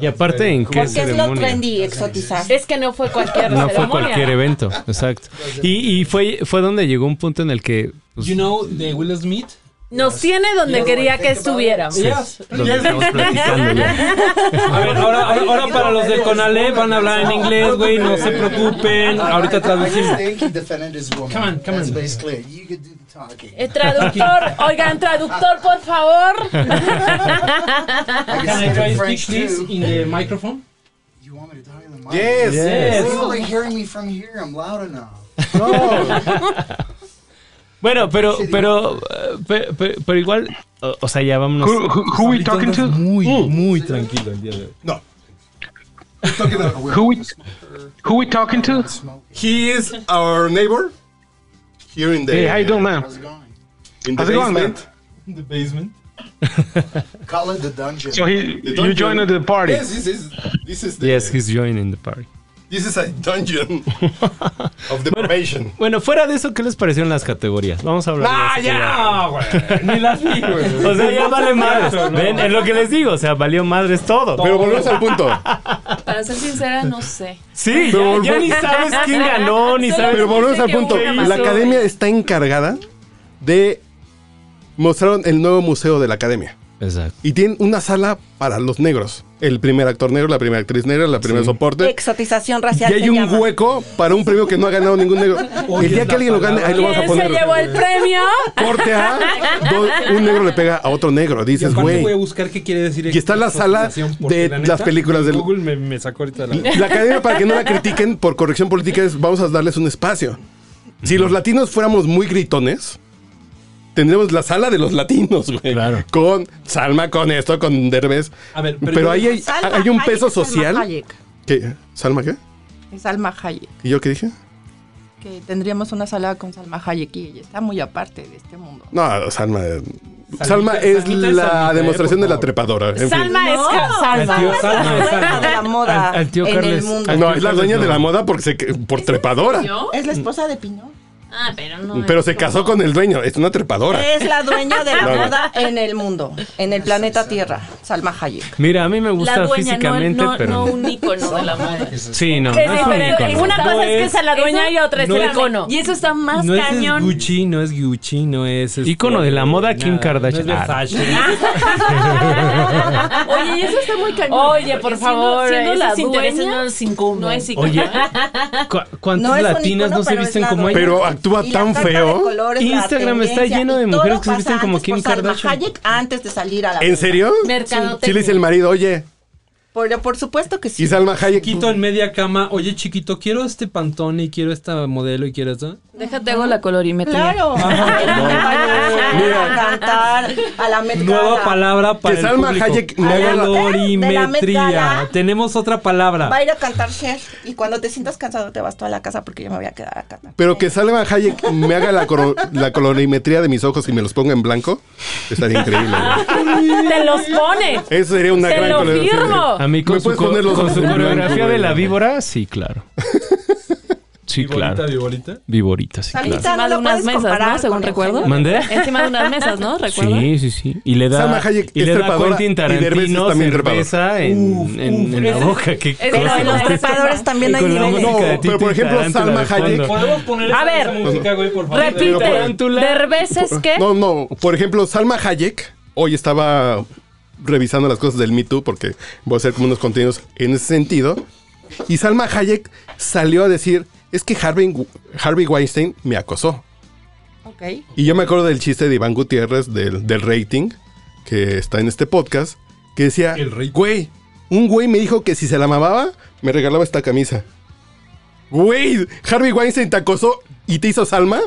Y aparte en qué Porque es lo ceremonia. trendy exotizar. Es que no fue cualquier No fue ceremonia. cualquier evento, exacto. Y, y fue, fue donde llegó un punto en el que pues, You know de Will Smith. Nos tiene donde quería que estuviéramos. Yes. donde estamos platicando ya. (laughs) A ver, ahora, ahora, ahora para los de Conalep van a hablar en inglés, güey, no se preocupen. Ahorita traducimos. think he defended his woman. Come on, come That's on. basically it. You could do the talking. Eh, traductor, oigan, traductor, por favor. I Can I can say try to it speak, French please, too. in the microphone? You want me to tell you the mic? Yes. You're Yes. literally hearing me from here. I'm loud enough. Bueno, pero, pero, eh, pe- pe- pero, igual, o, o sea, ya vámonos. Who, who- who we talking to? Muy, muy tranquilo el día de hoy. No. Estoy quedando. Who we, who we talking to? He is our neighbor here in the, Hey, how you doing, man? How's it going? in the how's it going, basement. The basement. Call it the dungeon. So he, The you dungeon. joined the party. Yes, this is this is the, Yes, he's joining the party. this is a (laughs) dungeon of deprivation. Bueno, fuera de eso, ¿qué les parecieron las categorías? Vamos a hablar. Ah, de las güey! Ni las vi, güey. O sea, ya vale madres. Ven, es lo que les digo. O sea, valió madres todo. Pero volvemos al punto. Para ser sincera, no sé. sí, pero ya, ya volvemos- ni sabes quién ganó, ni Solo sabes. Pero volvemos Dice al que punto. una La basura. academia está encargada de mostrar el nuevo museo de la academia. Exacto. Y tienen una sala para los negros. El primer actor negro, la primera actriz negra, la primera soporte. Exotización Y racial. hay se un llama. hueco para un premio que no ha ganado ningún negro. el día que alguien lo gane, ahí lo vamos a ¿Quién se poner. llevó el (laughs) premio? Corte A, do- un negro le pega a otro negro. Y Dices, aparte voy a güey. buscar qué quiere decir. Y está la sala exotización, porque de la neta, las películas del- Google me, me sacó ahorita la. La academia, para que no la critiquen por corrección política, es vamos a darles un espacio. Si los latinos fuéramos muy gritones, tendríamos la sala de los latinos, güey. Claro. Con Salma, con esto, con Derbez. A ver, pero, pero yo- ahí hay, Salma hay un Hayek, peso Salma social. Hayek. ¿Qué? ¿Salma qué? Es Salma Hayek. ¿Y yo qué dije? Que tendríamos una sala con Salma Hayek y ella está muy aparte de este mundo. No, Salma. eh, Salmita- Salma es Salmita es la Salmita, eh, demostración por de la favor. trepadora. en fin. Salma es ca- Salma. Al tío Salma, Es la reina de la moda Al- al tío en Carles. el mundo. Al- No, es la dueña de la moda porque se, por trepadora. ¿Yo? Es la esposa de Piñón. Ah, pero no. Pero se casó con el dueño. Es una trepadora. Eh, Es la dueña de (laughs) la No, no. moda en el mundo, en el planeta Tierra, Salma Hayek. Mira, a mí me La gusta dueña, no, físicamente, no, pero. no un ícono (laughs) de la moda. Sí, no. Es no un diferente. icono. Una cosa es que sea la dueña y otra es no el es- icono. Y eso está más No es, cañón. Gucci, no es Gucci, no es. este, Ícono de la moda, Kim nada, Kardashian. No es Versace. Ah, Oye, y eso está muy cañón. Oye, por porque favor, eh, Siendo, siendo esos la intereses no dueña, nos incumben. no es ícono. Oye, (laughs) Ah. ¿cu- ¿cuántas No es un latinas icono, no se pero es visten la como ella? dueña. Pero actúa Y la tan carta de feo. colores, la Instagram está tendencia, lleno de y mujeres todo que se visten pasa como antes Kim por Salma Kardashian. Hayek antes de salir a la ¿En moda. serio? Mercado Sí le dice el marido, oye, Por, por supuesto que sí. y Salma Hayek. Chiquito en media cama. Oye, chiquito, quiero este pantone y quiero esta modelo y quiero esta. Déjate hago la colorimetría. Claro. (laughs) Mira. Mira. cantar a la Met Nueva Gala. palabra para Que el Salma público. Hayek me haga la- De la Met Colorimetría. Gala. Tenemos otra palabra. Va a ir a cantar Cher y cuando te sientas cansado te vas tú a la casa porque yo me voy a quedar a cantar. Pero que Salma Hayek me haga la, coro- la colorimetría de mis ojos y me los ponga en blanco, estaría increíble. güey. Te los pone. Eso sería una Te gran lo colorimetría. firmo. Ah, A mí ¿Me con su, puedes co- poner los con ojos su en blanco, coreografía güey? de la víbora, sí, (laughs) claro. Sí, Viborita, claro. viborita. Víborita, sí, claro. Salita, Encima no de lo unas puedes mesas, comparar ¿no? Según con recuerdo. Eugenio. ¿Mandé? Encima de unas mesas, ¿no? ¿Recuerdas? Sí, sí, sí. Y le da, Salma Hayek y le es da a trepadora Quentin y Derbez es Tarantino también cerveza en, Uf, en- uf, en la ese- boca. Qué ese Pero cosa. no, en los trepadores también hay Con la niveles. música de No, pero por Titi ejemplo, Tarantula Salma de fondo. Hayek- Podemos poner A esa- ver, esa música, güey, por favor. Repite. Pero por- Derbez es que. No, no, por ejemplo, Salma Hayek, hoy estaba revisando las cosas del Me Too porque voy a hacer como unos contenidos en ese sentido. Y Salma Hayek salió a decir, es que Harvey, Harvey Weinstein me acosó. Ok. Y yo me acuerdo del chiste de Iván Gutiérrez del, del rating que está en este podcast, que decía, El rating. güey, un güey me dijo que si se la mamaba, me regalaba esta camisa. Güey, Harvey Weinstein te acosó y te hizo Salma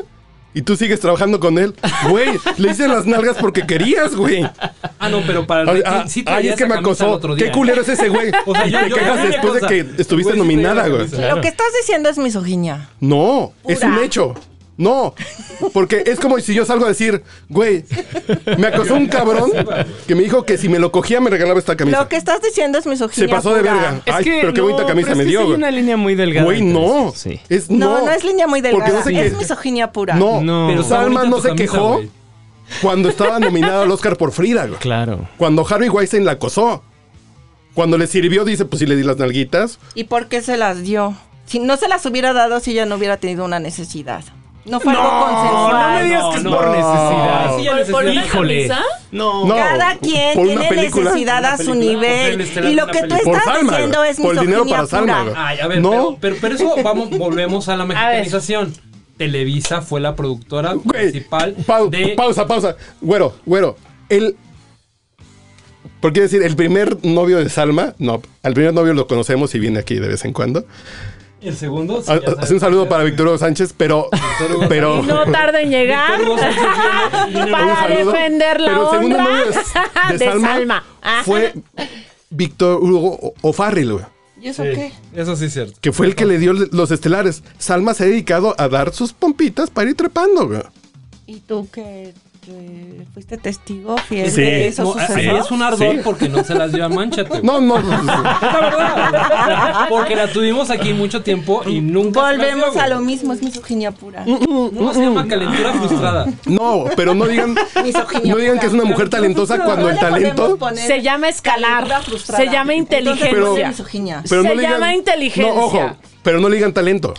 y tú sigues trabajando (laughs) con él. Güey, le hice las nalgas porque querías, güey. Ah, no, pero para el Ay, rating ah, sí traía ay, es esa que me camisa el acosó. otro Qué día. culero es ese güey. (laughs) O sea, yo- Te yo- cagas yo- yo- después de cosa. que El estuviste güey sí nominada, traía güey. camisa. Claro. Lo que estás diciendo es misoginia. No, es un hecho. No, porque es como si yo salgo a decir, güey, me acosó un cabrón que me dijo que si me lo cogía me regalaba esta camisa. Lo que estás diciendo es misoginia. Se pasó de pura. verga. Es Ay, que pero qué no, bonita pero camisa es me que dio, sí hay güey. una línea muy delgada. Güey, entre no. eso, Sí. Es, no. No, no, es línea muy delgada. Porque no sé qué- es misoginia pura. No, No. Pero está Salma bonita no tu se camisa, quejó güey. cuando estaba nominada al Oscar por Frida, güey. Claro. Cuando Harvey Weinstein la acosó. Cuando le sirvió, dice, pues sí le di las nalguitas. ¿Y por qué se las dio? Si no se las hubiera dado si ella no hubiera tenido una necesidad. No fue algo no me consensual. digas que es por Ah, sí, ya necesidad. ¿Por, por una Híjole. camisa? No. No, Cada quien por una tiene película. necesidad a su película, nivel. por ser estelar Y de lo una que tú película. Por estás Salma, diciendo güey. es Por el dinero para misoginia Salma, güey. pura. Ay, a ver, No. pero, pero, pero (laughs) eso vamos, volvemos a la ver. mexicanización. Televisa fue la productora Güey, principal pau- de... pausa, pausa. Güero, güero. El. ¿Por qué decir? El primer novio de Salma. No, al primer novio lo conocemos y viene aquí de vez en cuando. El segundo. sí, Ah, ya ah, sabes. Un saludo para Víctor Hugo Sánchez, pero. pero Y no tarda en llegar Víctor Hugo Sánchez (laughs) viene- un para saludo, defender la pero el segundo honra (laughs) nombre de, de, de Salma, Salma. Ah. Ajá. fue Víctor Hugo O- O'Farrill, güey, ¿Y eso qué? Eso sí es cierto. que fue el que le dio los estelares. Salma se ha dedicado a dar sus pompitas para ir trepando, güey. ¿Y tú que eh, fuiste testigo fiel Sí. de esos No, a- ahí sucesos? es un ardor Sí. porque no se las dio a Mancha. güey. No, no. no. Es la verdad. Porque la tuvimos aquí mucho tiempo y nunca. se las dio, Volvemos güey. a lo mismo, es misoginia pura. No se llama calentura frustrada. No, pero no digan, Misoginia no digan que es una mujer talentosa cuando el talento. Se llama escalar. Se llama inteligencia. Pero- pues, misoginia. Pero Se no le digan- llama inteligencia. No, ojo, pero no le digan talento.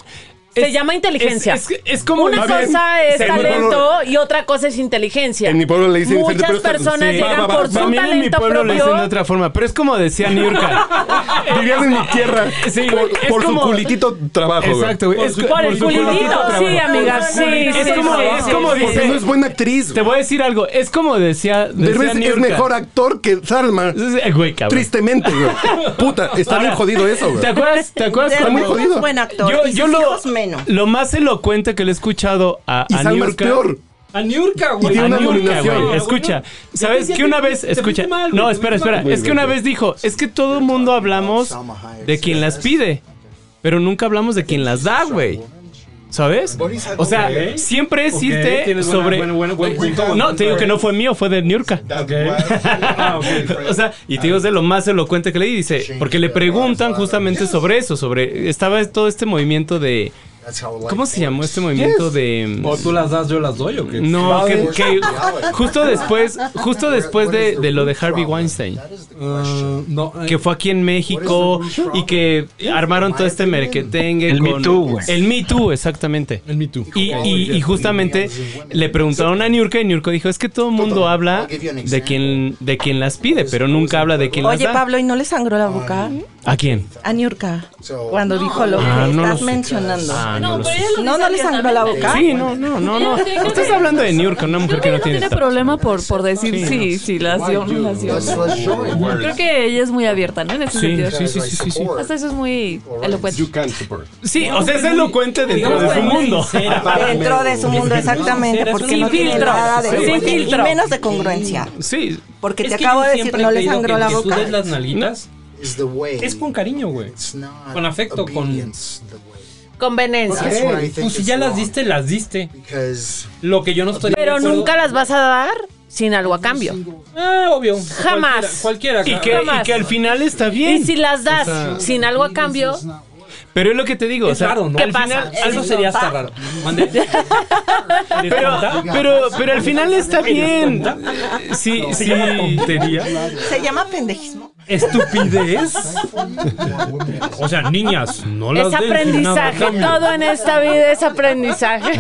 Se Es- llama inteligencia. Es, es- es como Una Está bien. cosa es Sí, talento y otra cosa es inteligencia. En mi pueblo le dicen Muchas diferente, pero- personas Sí. llegan Va, va, por va. su También en mi talento pueblo le dicen de propio. otra forma, pero es como decía Niurka. Vivían (laughs) en mi tierra. Sí, por güey, es por como- su culiquito trabajo, güey. Exacto, güey. Es su- co- Por el su culidito, trabajo. sí, amiga, sí. Es sí, como- sí, es sí, como sí. Porque no es buena actriz. Te güey. voy a decir algo. Es como decía. decía Derbez es Niurka. mejor actor que Salma. Eh, Güey, cabrón. (laughs) Tristemente, güey. Puta, está bien Ahora, jodido eso, güey. ¿Te acuerdas? ¿Te acuerdas Está muy cuando- jodido. es buen actor. Yo, y yo sus lo, hijos menos. lo más elocuente que le he escuchado a, Y a Salma es Niurka- peor. A Niurka, güey. Y tiene a una Niurka, nominación. güey. Ah, Escucha, ¿sabes te- que una te- vez, te escucha, fuiste mal, güey, no, te espera, fuiste espera, mal. es que una vez dijo, es que todo el mundo hablamos de quien las pide, pero nunca hablamos de quien las da, güey. ¿Sabes? O sea, Ok. siempre es Ok, irte tienes buena- sobre... buen- buen- buen punto, buen no, punto, te digo que güey. no fue mío, fue de Niurka. Ah, ok. (laughs) O sea, y te digo, es de lo más elocuente que leí, dice, porque le preguntan justamente sobre eso, sobre... Estaba todo este movimiento de... ¿Cómo se llamó este movimiento de... O tú las das, yo las doy, ¿o qué? No, que, Vale. que justo después, justo después de, de lo de Harvey Weinstein, Ah, no, eh, que fue aquí en México y que armaron todo este merquetengue. El Me con- Too, güey. El Me Too, exactamente. el Me Too. Y, y- y justamente le preguntaron a Niurka y Niurka dijo, es que todo el mundo habla de quien, de quien las pide, pero nunca habla de quien las Oye, da. Pablo, ¿y no le sangró la boca ¿A quién? a Niurka So- cuando dijo lo que Ah, no lo estás sé. mencionando? Ah, no lo sé. No, no le sangró la boca. Sí, no, no, no, no. Ella tiene- Estás hablando de Niurka, una mujer que no tiene... estatus. problema por, por decir sí, sí, las dio, no las dio. Creo que ella es muy abierta, ¿no? En ese Sí, sentido. sí, sí, sí, sí, sí. Hasta eso es muy elocuente. Sí, o sea, es elocuente dentro Digamos de su que- mundo. Dentro de su mundo, exactamente, Eres porque un no tiene filtro, nada de sin vergüenza, y filtro. menos de congruencia. Sí, Porque Es te que yo acabo de decir, siempre he no le creído sangró que la el que boca. Tú des las nalguitas, Es es con cariño, güey. Con afecto, con- Conveniencia. Pues si ya las diste, las diste. Lo que yo no estoy. Pero de acuerdo- nunca las vas a dar sin algo a cambio. Ah, obvio. Jamás. Cualquiera. Y cualquiera que, Jamás. Eh, y que al final está bien. Y si las das sin algo a cambio, Pero es lo que te digo. o Es sea, raro, ¿no? ¿qué Al pasa? final, algo sería hasta raro. (laughs) Mande. Pero, pero, pero al final está bien. Sí, sí. Se llama pendejismo. Estupidez. O sea, niñas, no las es aprendizaje. Todo en esta vida es aprendizaje.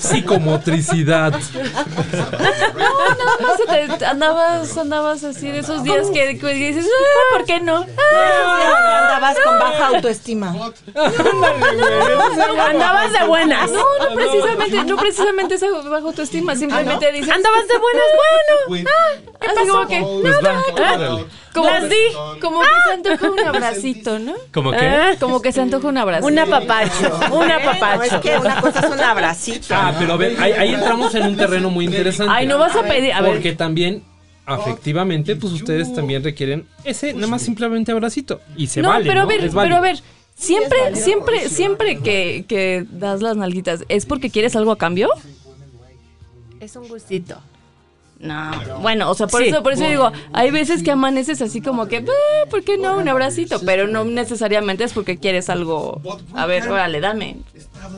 Psicomotricidad. Ah, No sé, te- andabas, andabas así de esos días que, que dices, "Ah, ¿por qué no? Ah, Andabas con baja autoestima. ¿Eh? Andabas de buenas. no, Ah, no Ah, precisamente, no precisamente es bajo autoestima, simplemente dices, "Ah, Andabas de buenas, bueno. así como que, Pues no, va, órale. ah, como, Las di. como que se (laughs) antoja un abracito, ¿no? ¿Cómo que? Ah, Como que se antoja un abrazo. Un apapacho, un No, es apapacho. que una cosa es un abracito. Ah, pero a ver, ahí, ahí entramos en un terreno muy interesante. Ay, no vas a pedir, a ver, Porque también afectivamente, pues ustedes también requieren ese, nada más simplemente abracito. Y se no, vale. pero a ¿no? ver, Es pero válido. a ver, siempre, siempre, siempre que, que das las nalguitas, ¿es porque quieres algo a cambio? Es un gustito. No, bueno, o sea, por Sí. eso, por eso digo, hay veces que amaneces así como que, "Ah, ¿por qué no? Un abracito, pero no necesariamente es porque quieres algo. A ver, órale, dame.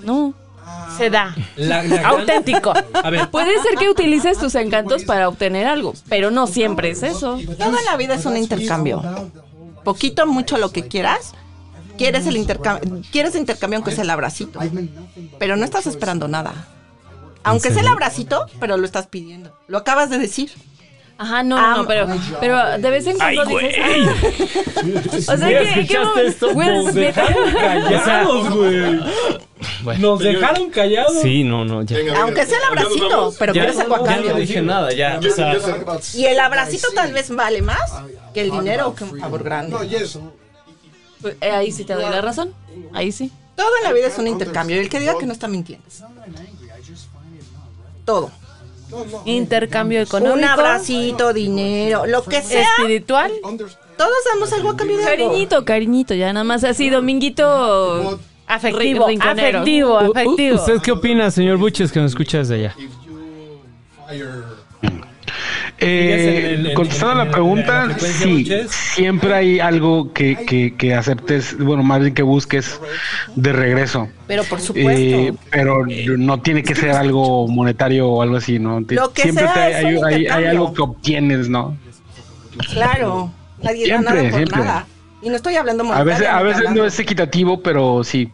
No. Se da. La- la gran- Auténtico. A ver, Puede ser que utilices tus encantos para obtener algo, pero no siempre es eso. Todo en la vida es un intercambio. Poquito, mucho, lo que quieras. Quieres el intercambio, quieres intercambio aunque sea el abracito, pero no estás esperando nada. Aunque sea el abracito, pero lo estás pidiendo. Lo acabas de decir. Ajá, no, no, no, pero, pero de vez en cuando dices. (laughs) "Ah". O sea, Mira, que- que ¿escuchaste un- esto? Will Nos Smith- (laughs) callados, güey. Nos dejaron callados. Sí, no, no, ya. Aunque sea el abracito, pero Ya, quieres algo a ya no cambio. dije nada, ya. O sea, Y el abracito tal vez vale más que el dinero o que un favor grande. Pues, eh, ahí sí te doy la razón. Ahí sí. Todo en la vida es un intercambio. El que diga que no está mintiendo. Todo. Intercambio económico. Un abracito, dinero, lo que sea. Espiritual. Todos damos algo a cambio de algo. Cariñito, cariñito, ya nada más así, dominguito. Afectivo. rinconero. Afectivo. U- u- Afectivo. ¿Usted qué opina, señor Buches, que nos escucha desde allá? Eh, Digas el- el- contestando el- a el- la pregunta, la frecuencia, sí, Buches. siempre hay algo que, que, que aceptes, bueno, más bien que busques de regreso. Pero por supuesto. Eh, pero no tiene que ser algo monetario o algo así, ¿no? Te- Lo que siempre sea te- es un hay, hay- hay intercambio. algo que obtienes, ¿no? Claro, nadie da Siempre, nada por siempre. nada. Y no estoy hablando A veces, a monetariamente veces no hablando. es equitativo, pero sí.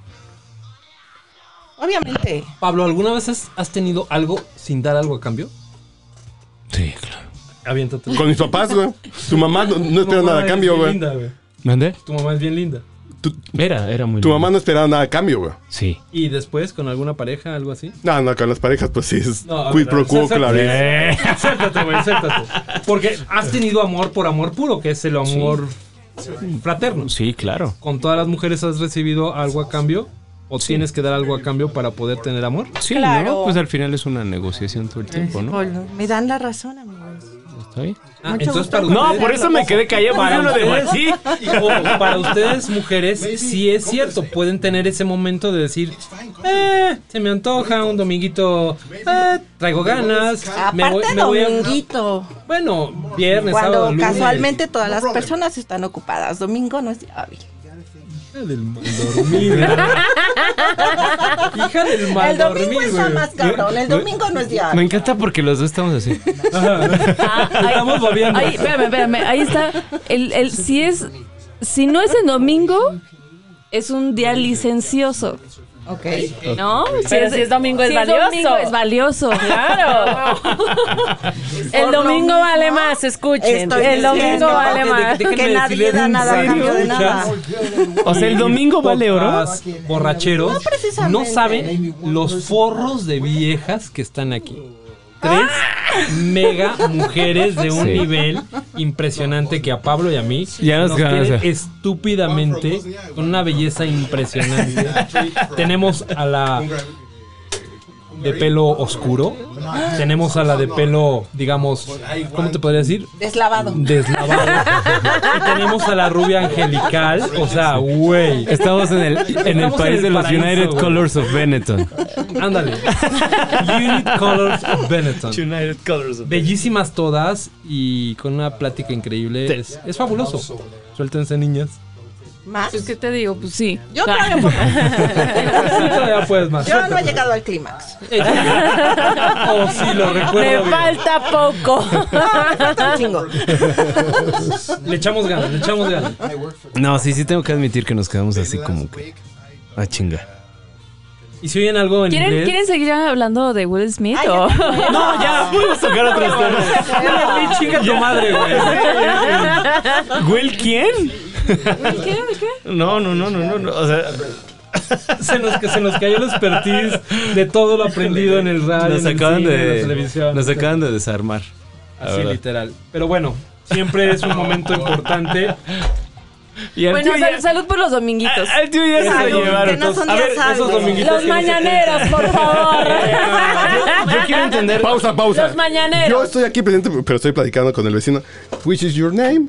Obviamente. Pablo, ¿alguna vez has, has tenido algo sin dar algo a cambio? Sí, claro. Aviéntate. Con mis papás, güey. Tu mamá no, no Tu esperaba mamá nada a es cambio, bien güey. linda, güey. ¿Dónde? Tu mamá es bien linda. Era, era muy Tu lindo. mamá no esperaba nada a cambio, güey. Sí. ¿Y después con alguna pareja, algo así? No, no, con las parejas, pues sí es No, a quid ver, pro quo, exacto. clarísimo. Eh, Acéptate, güey, acéptate. Porque has tenido amor por amor puro, que es el amor fraterno. Sí, claro. ¿Con todas las mujeres has recibido algo a cambio? ¿O tienes que dar algo a cambio para poder tener amor? Sí, Claro. ¿no? Pues al final es una negociación todo el tiempo, ¿no? Me dan la razón, amigos. ¿Está bien? Ah, Mucho gusto. para No, ustedes- por eso me quedé callado. Para uno de ustedes, Maxi. o para ustedes mujeres, sí es cierto, pueden tener ese momento de decir, eh, se me antoja un dominguito, eh, traigo ganas, me voy, Aparte, me voy a- dominguito. Bueno, viernes, sábado, Cuando lunes. casualmente todas las personas están ocupadas. Domingo no es día hábil. Hija del mal dormida. (laughs) Hija del mal El domingo está güey. más cabrón. El domingo no es día Me hábil. encanta porque los dos estamos así. Ah, ahí- Estamos babeando. Ahí, espérame, espérame. Ahí está. El, el- si es. Si no es en domingo, es un día licencioso. Ok. ¿No? Pero si es domingo es si valioso. domingo es valioso. (laughs) Claro. El Por lo domingo mismo, vale más, escuchen. estoy El domingo diciendo vale que- más. que Déjenme nadie decirles da en nada a serio, cambio de nada. muchas O sea, el domingo vale oro. papás Borracheros. No, precisamente. No saben los forros de viejas que están aquí. Tres Ah. mega mujeres de un Sí. nivel impresionante que a Pablo y a mí Ya nos ganas. tienen estúpidamente con una belleza impresionante. Tenemos a la de pelo oscuro, tenemos a la de pelo, digamos, ¿cómo te podría decir? Deslavado. Deslavado. Y tenemos a la rubia angelical, o sea, güey. Estamos en el, en el (laughs) Estamos en país el de los paraíso, United güey. Colors of Benetton. Ándale. Unit Colors of Benetton. United Colors of Bellísimas todas y con una plática increíble. Es, es fabuloso. Suéltense, (laughs) niñas. ¿Más? Pues, ¿Qué te digo? Pues sí. (laughs) Yo todavía un poco. (laughs) Todavía puedes más. Yo no he llegado al clímax. Oh, sí, lo recuerdo. Me bien. falta poco. (laughs) Un chingo. Le echamos ganas, le echamos ganas. No, sí, sí tengo que admitir que nos quedamos así como que. Ah, chinga. Y si oyen algo en ¿Quieren, inglés. ¿Quieren seguir hablando de Will Smith? Ay, o- (laughs) No, ya, voy a sacar otros temas. Ay, ¡Ah, (laughs) chinga tu madre, güey. (laughs) ¿Will quién? ¿Qué? ¿Qué? No, no, no, no, no, no. O sea, Se nos, que se nos cayó el expertise de todo lo aprendido en el radio, nos en el acaban cine, en la de. televisión. Nos acaban de desarmar. la Así verdad. literal. Pero bueno, siempre es un momento importante. Y al Bueno, tío sal- ya- salud por los dominguitos. Al tío ya se Salud, lo que llevaron. no son A ver, días hábiles. esos dominguitos Los que nos- (laughs) mañaneros, por favor. Yo (laughs) quiero entender. Pausa, pausa. Los mañaneros. Yo estoy aquí presente, pero estoy platicando con el vecino. Which is your name?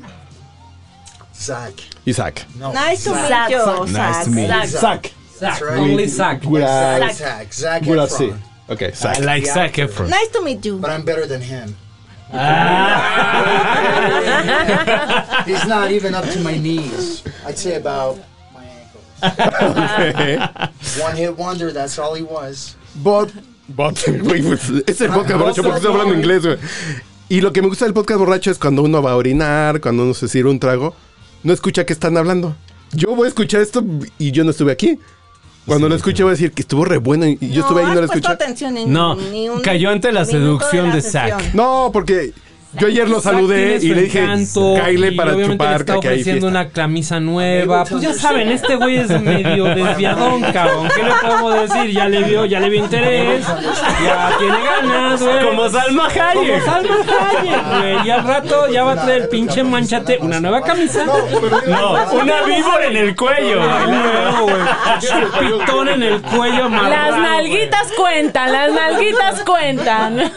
Zach. Isaac. No. Nice to meet Zach. you. Zach. Nice to meet you. Zach. Zach, right. only Zach. Guras. Zach. Zach Guras, sí. Efron. Ok, I Zach. like Zac Efron. Nice to meet you. But I'm better than him. Ah, He's not even up to my knees. I'd say about my ankles. One hit wonder, that's all he was. Bot. Bot. (laughs) Güey, pues, es el podcast borracho porque estoy hablando inglés, güey. Y lo que me gusta del podcast borracho es cuando uno va a orinar, cuando uno se sirve un trago, no escucha que están hablando. Yo voy a escuchar esto y yo no estuve aquí. Cuando lo escuché voy a decir que estuvo re bueno y pues, yo estuve ahí y no lo has puesto escuché. atención en No, ni un cayó ante la minuto seducción de Zac. sesión. No, porque Yo ayer lo saludé y le dije, Kyle para chupar, está que hay ofreciendo fiesta. una camisa nueva. Pues ya saben, este güey es medio desviadón, cabrón. ¿Qué le podemos decir? Ya le vio, ya le vio interés. Ya tiene ganas, güey. Como Salma Como Hayek. Salma Hayek, güey. Y al rato ya va a traer pinche manchate una nueva camisa. No, una víbora en el cuello. Nuevo, güey. Su pitón en el cuello amarrado, Las nalguitas cuentan, las nalguitas cuentan.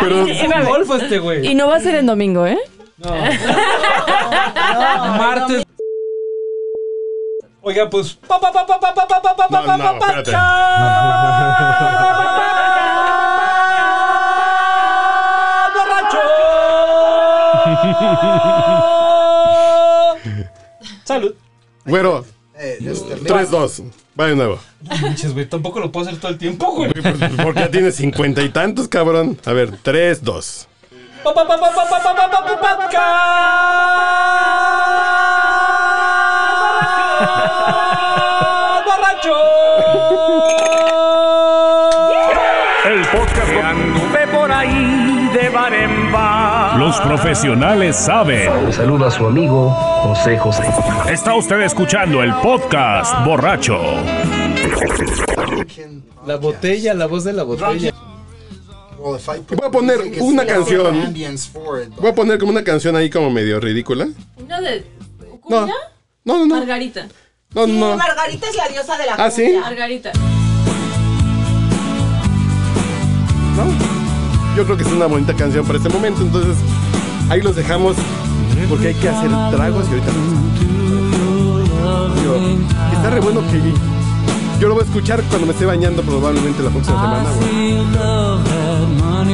Pero güey. Es un golfo este güey. Y no va a ser en domingo, ¿eh? Martes. Oiga, pues. pa, pa, pa, pa, pa, pa, pa, pa, pa, No, pa, no, pa, pa, espérate. cha- borracho. Salud. Güero, Hey, this is este, the 3-2. Va de nuevo. Pinches, güey, tampoco lo puedo hacer todo el tiempo, güey. pues, (laughs) Porque ya tienes cincuenta y tantos, cabrón. A ver, 3-2. Pa, pa, pa, pa, pa, pa, pa, pa, pa, pa, pa, cha- borracho. El podcast por ahí de Los profesionales saben. Un saludo a su amigo José José. Está usted escuchando el podcast borracho. La botella, la voz de la botella. Well, if I put Voy a poner music, it's una still canción. ambience for it, but- Voy a poner como una canción ahí como medio ridícula. Una de. No. ¿Cumbia? No, no, no. Margarita. No, no. Margarita es la diosa de la ¿Ah, sí? Margarita. ¿no? Yo creo que es una bonita canción para este momento, entonces ahí los dejamos porque hay que hacer tragos y ahorita. Digo, Está re bueno que yo lo voy a escuchar cuando me esté bañando probablemente la próxima semana, güey.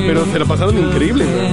Pero se la pasaron increíble, güey.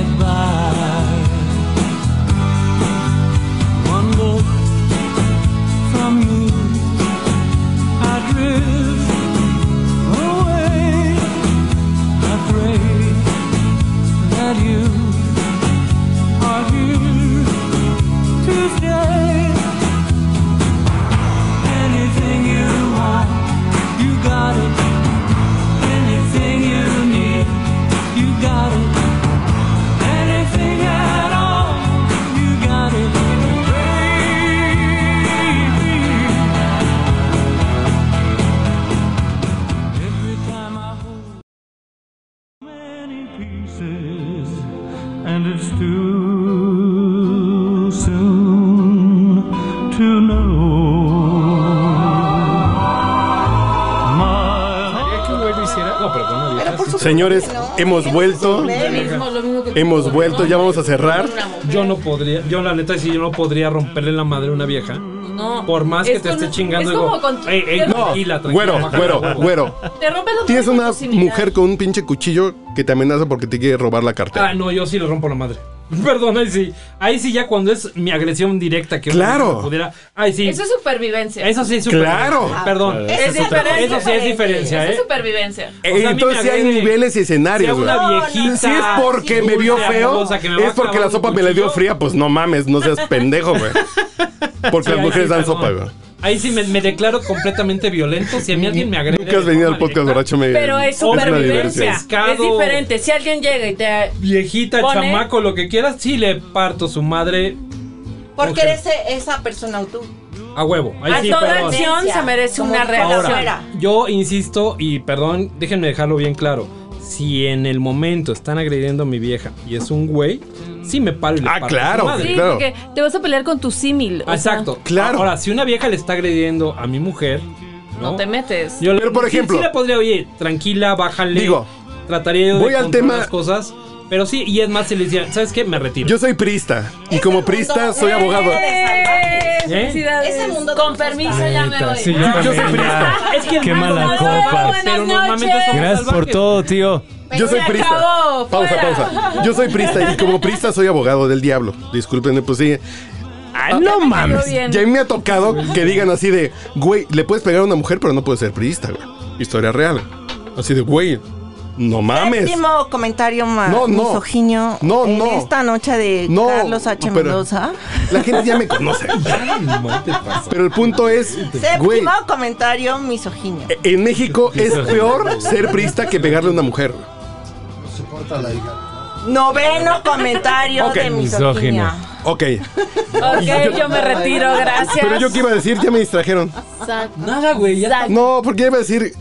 Señores, hemos vuelto, hemos vuelto, ya vamos a cerrar. Yo no podría, yo la neta sí, yo no podría romperle la madre a una vieja. No. Por más que Es te con- esté chingando, es digo, como con tu- "Ey, ey, te rompe- tranquila, tranquila, Güero, bájale güero, la huevo". güero. Te rompe la Tienes una proximidad. mujer con un pinche cuchillo que te amenaza porque te quiere robar la cartera. Ah, no, yo sí le rompo la madre. (laughs) Perdón, ahí sí. Ahí sí ya cuando es mi agresión directa que Claro. pudiera. Ay, sí. Eso es supervivencia. Eso sí es Claro. supervivencia. Perdón. Eso Eso, es super- diferencia. eso sí es diferencia, Eso es ¿eh? supervivencia. O sea, a mí Entonces me sí hay agrede- niveles y Si a escenarios, güey. una No, no, viejita. Si es porque me vio dulce, feo, amorosa, que me va a es porque la clavar un sopa me la dio cuchillo. fría, pues no mames, no (laughs) seas pendejo, güey. Porque Sí, las ahí mujeres sí, dan perdón. sopa, güey. Ahí sí me, me declaro completamente violento. Si a mí alguien me agrede. Nunca has venido al podcast borracho, me Pero es una supervivencia. diversión. Pescado. Es diferente. Si alguien llega y te. Viejita, Pone- chamaco, lo que quieras, sí le parto su madre Porque Ok. eres esa persona o tú. a huevo. Ahí A sí, toda perdón. acción se merece Como una dijo reacción. Azuera. Yo insisto, y perdón, déjenme dejarlo bien claro. Si en el momento están agrediendo a mi vieja y es un güey, sí me paro y le Ah, parto claro. su madre. Sí, Sí, claro. Ah, porque te vas a pelear con tu símil. o sea, Exacto. Claro. Ahora, si una vieja le está agrediendo a mi mujer, ¿no? No te metes. Yo le- Pero, por sí- ejemplo- sí, le podría, oye, tranquila, bájale. Digo, trataría yo de voy al controlar tema- las cosas. Pero sí, y es más, se le decía, ¿sabes qué? Me retiro. Yo soy prista y Es como el prista mundo- soy abogado. Eh, felicidades. Ese mundo de Con los permiso, costados. ya me voy. Sí, yo también. es que el Qué malo- mala Nos copa. vemos, Buenas Pero Buenas normalmente somos noches. Gracias por salvajes. todo, tío. Yo soy Se prista. acabó, Pausa, fuera. pausa. Yo soy prista y como prista soy abogado del diablo. Discúlpenme, pues sí. Ah, no mames. bien. Ya me ha tocado que digan así de, güey, le puedes pegar a una mujer, pero no puedes ser priista, güey. Historia real. Así de, güey, no mames. Último comentario más No, no. misoginio No, en no. esta noche de No, Carlos H. pero- Mendoza. La gente ya (laughs) me conoce. Pero el punto es, Séptimo güey, Eh, e-, comentario misoginio. en México es peor ser prista que pegarle a una mujer. güey. Soporta la hija. (laughs) Noveno comentario Ok. de misoginia. Ok. Ok, yo me retiro, gracias. Pero yo que iba a decir, ya me distrajeron. Nada, güey. Ya No, porque iba a decir,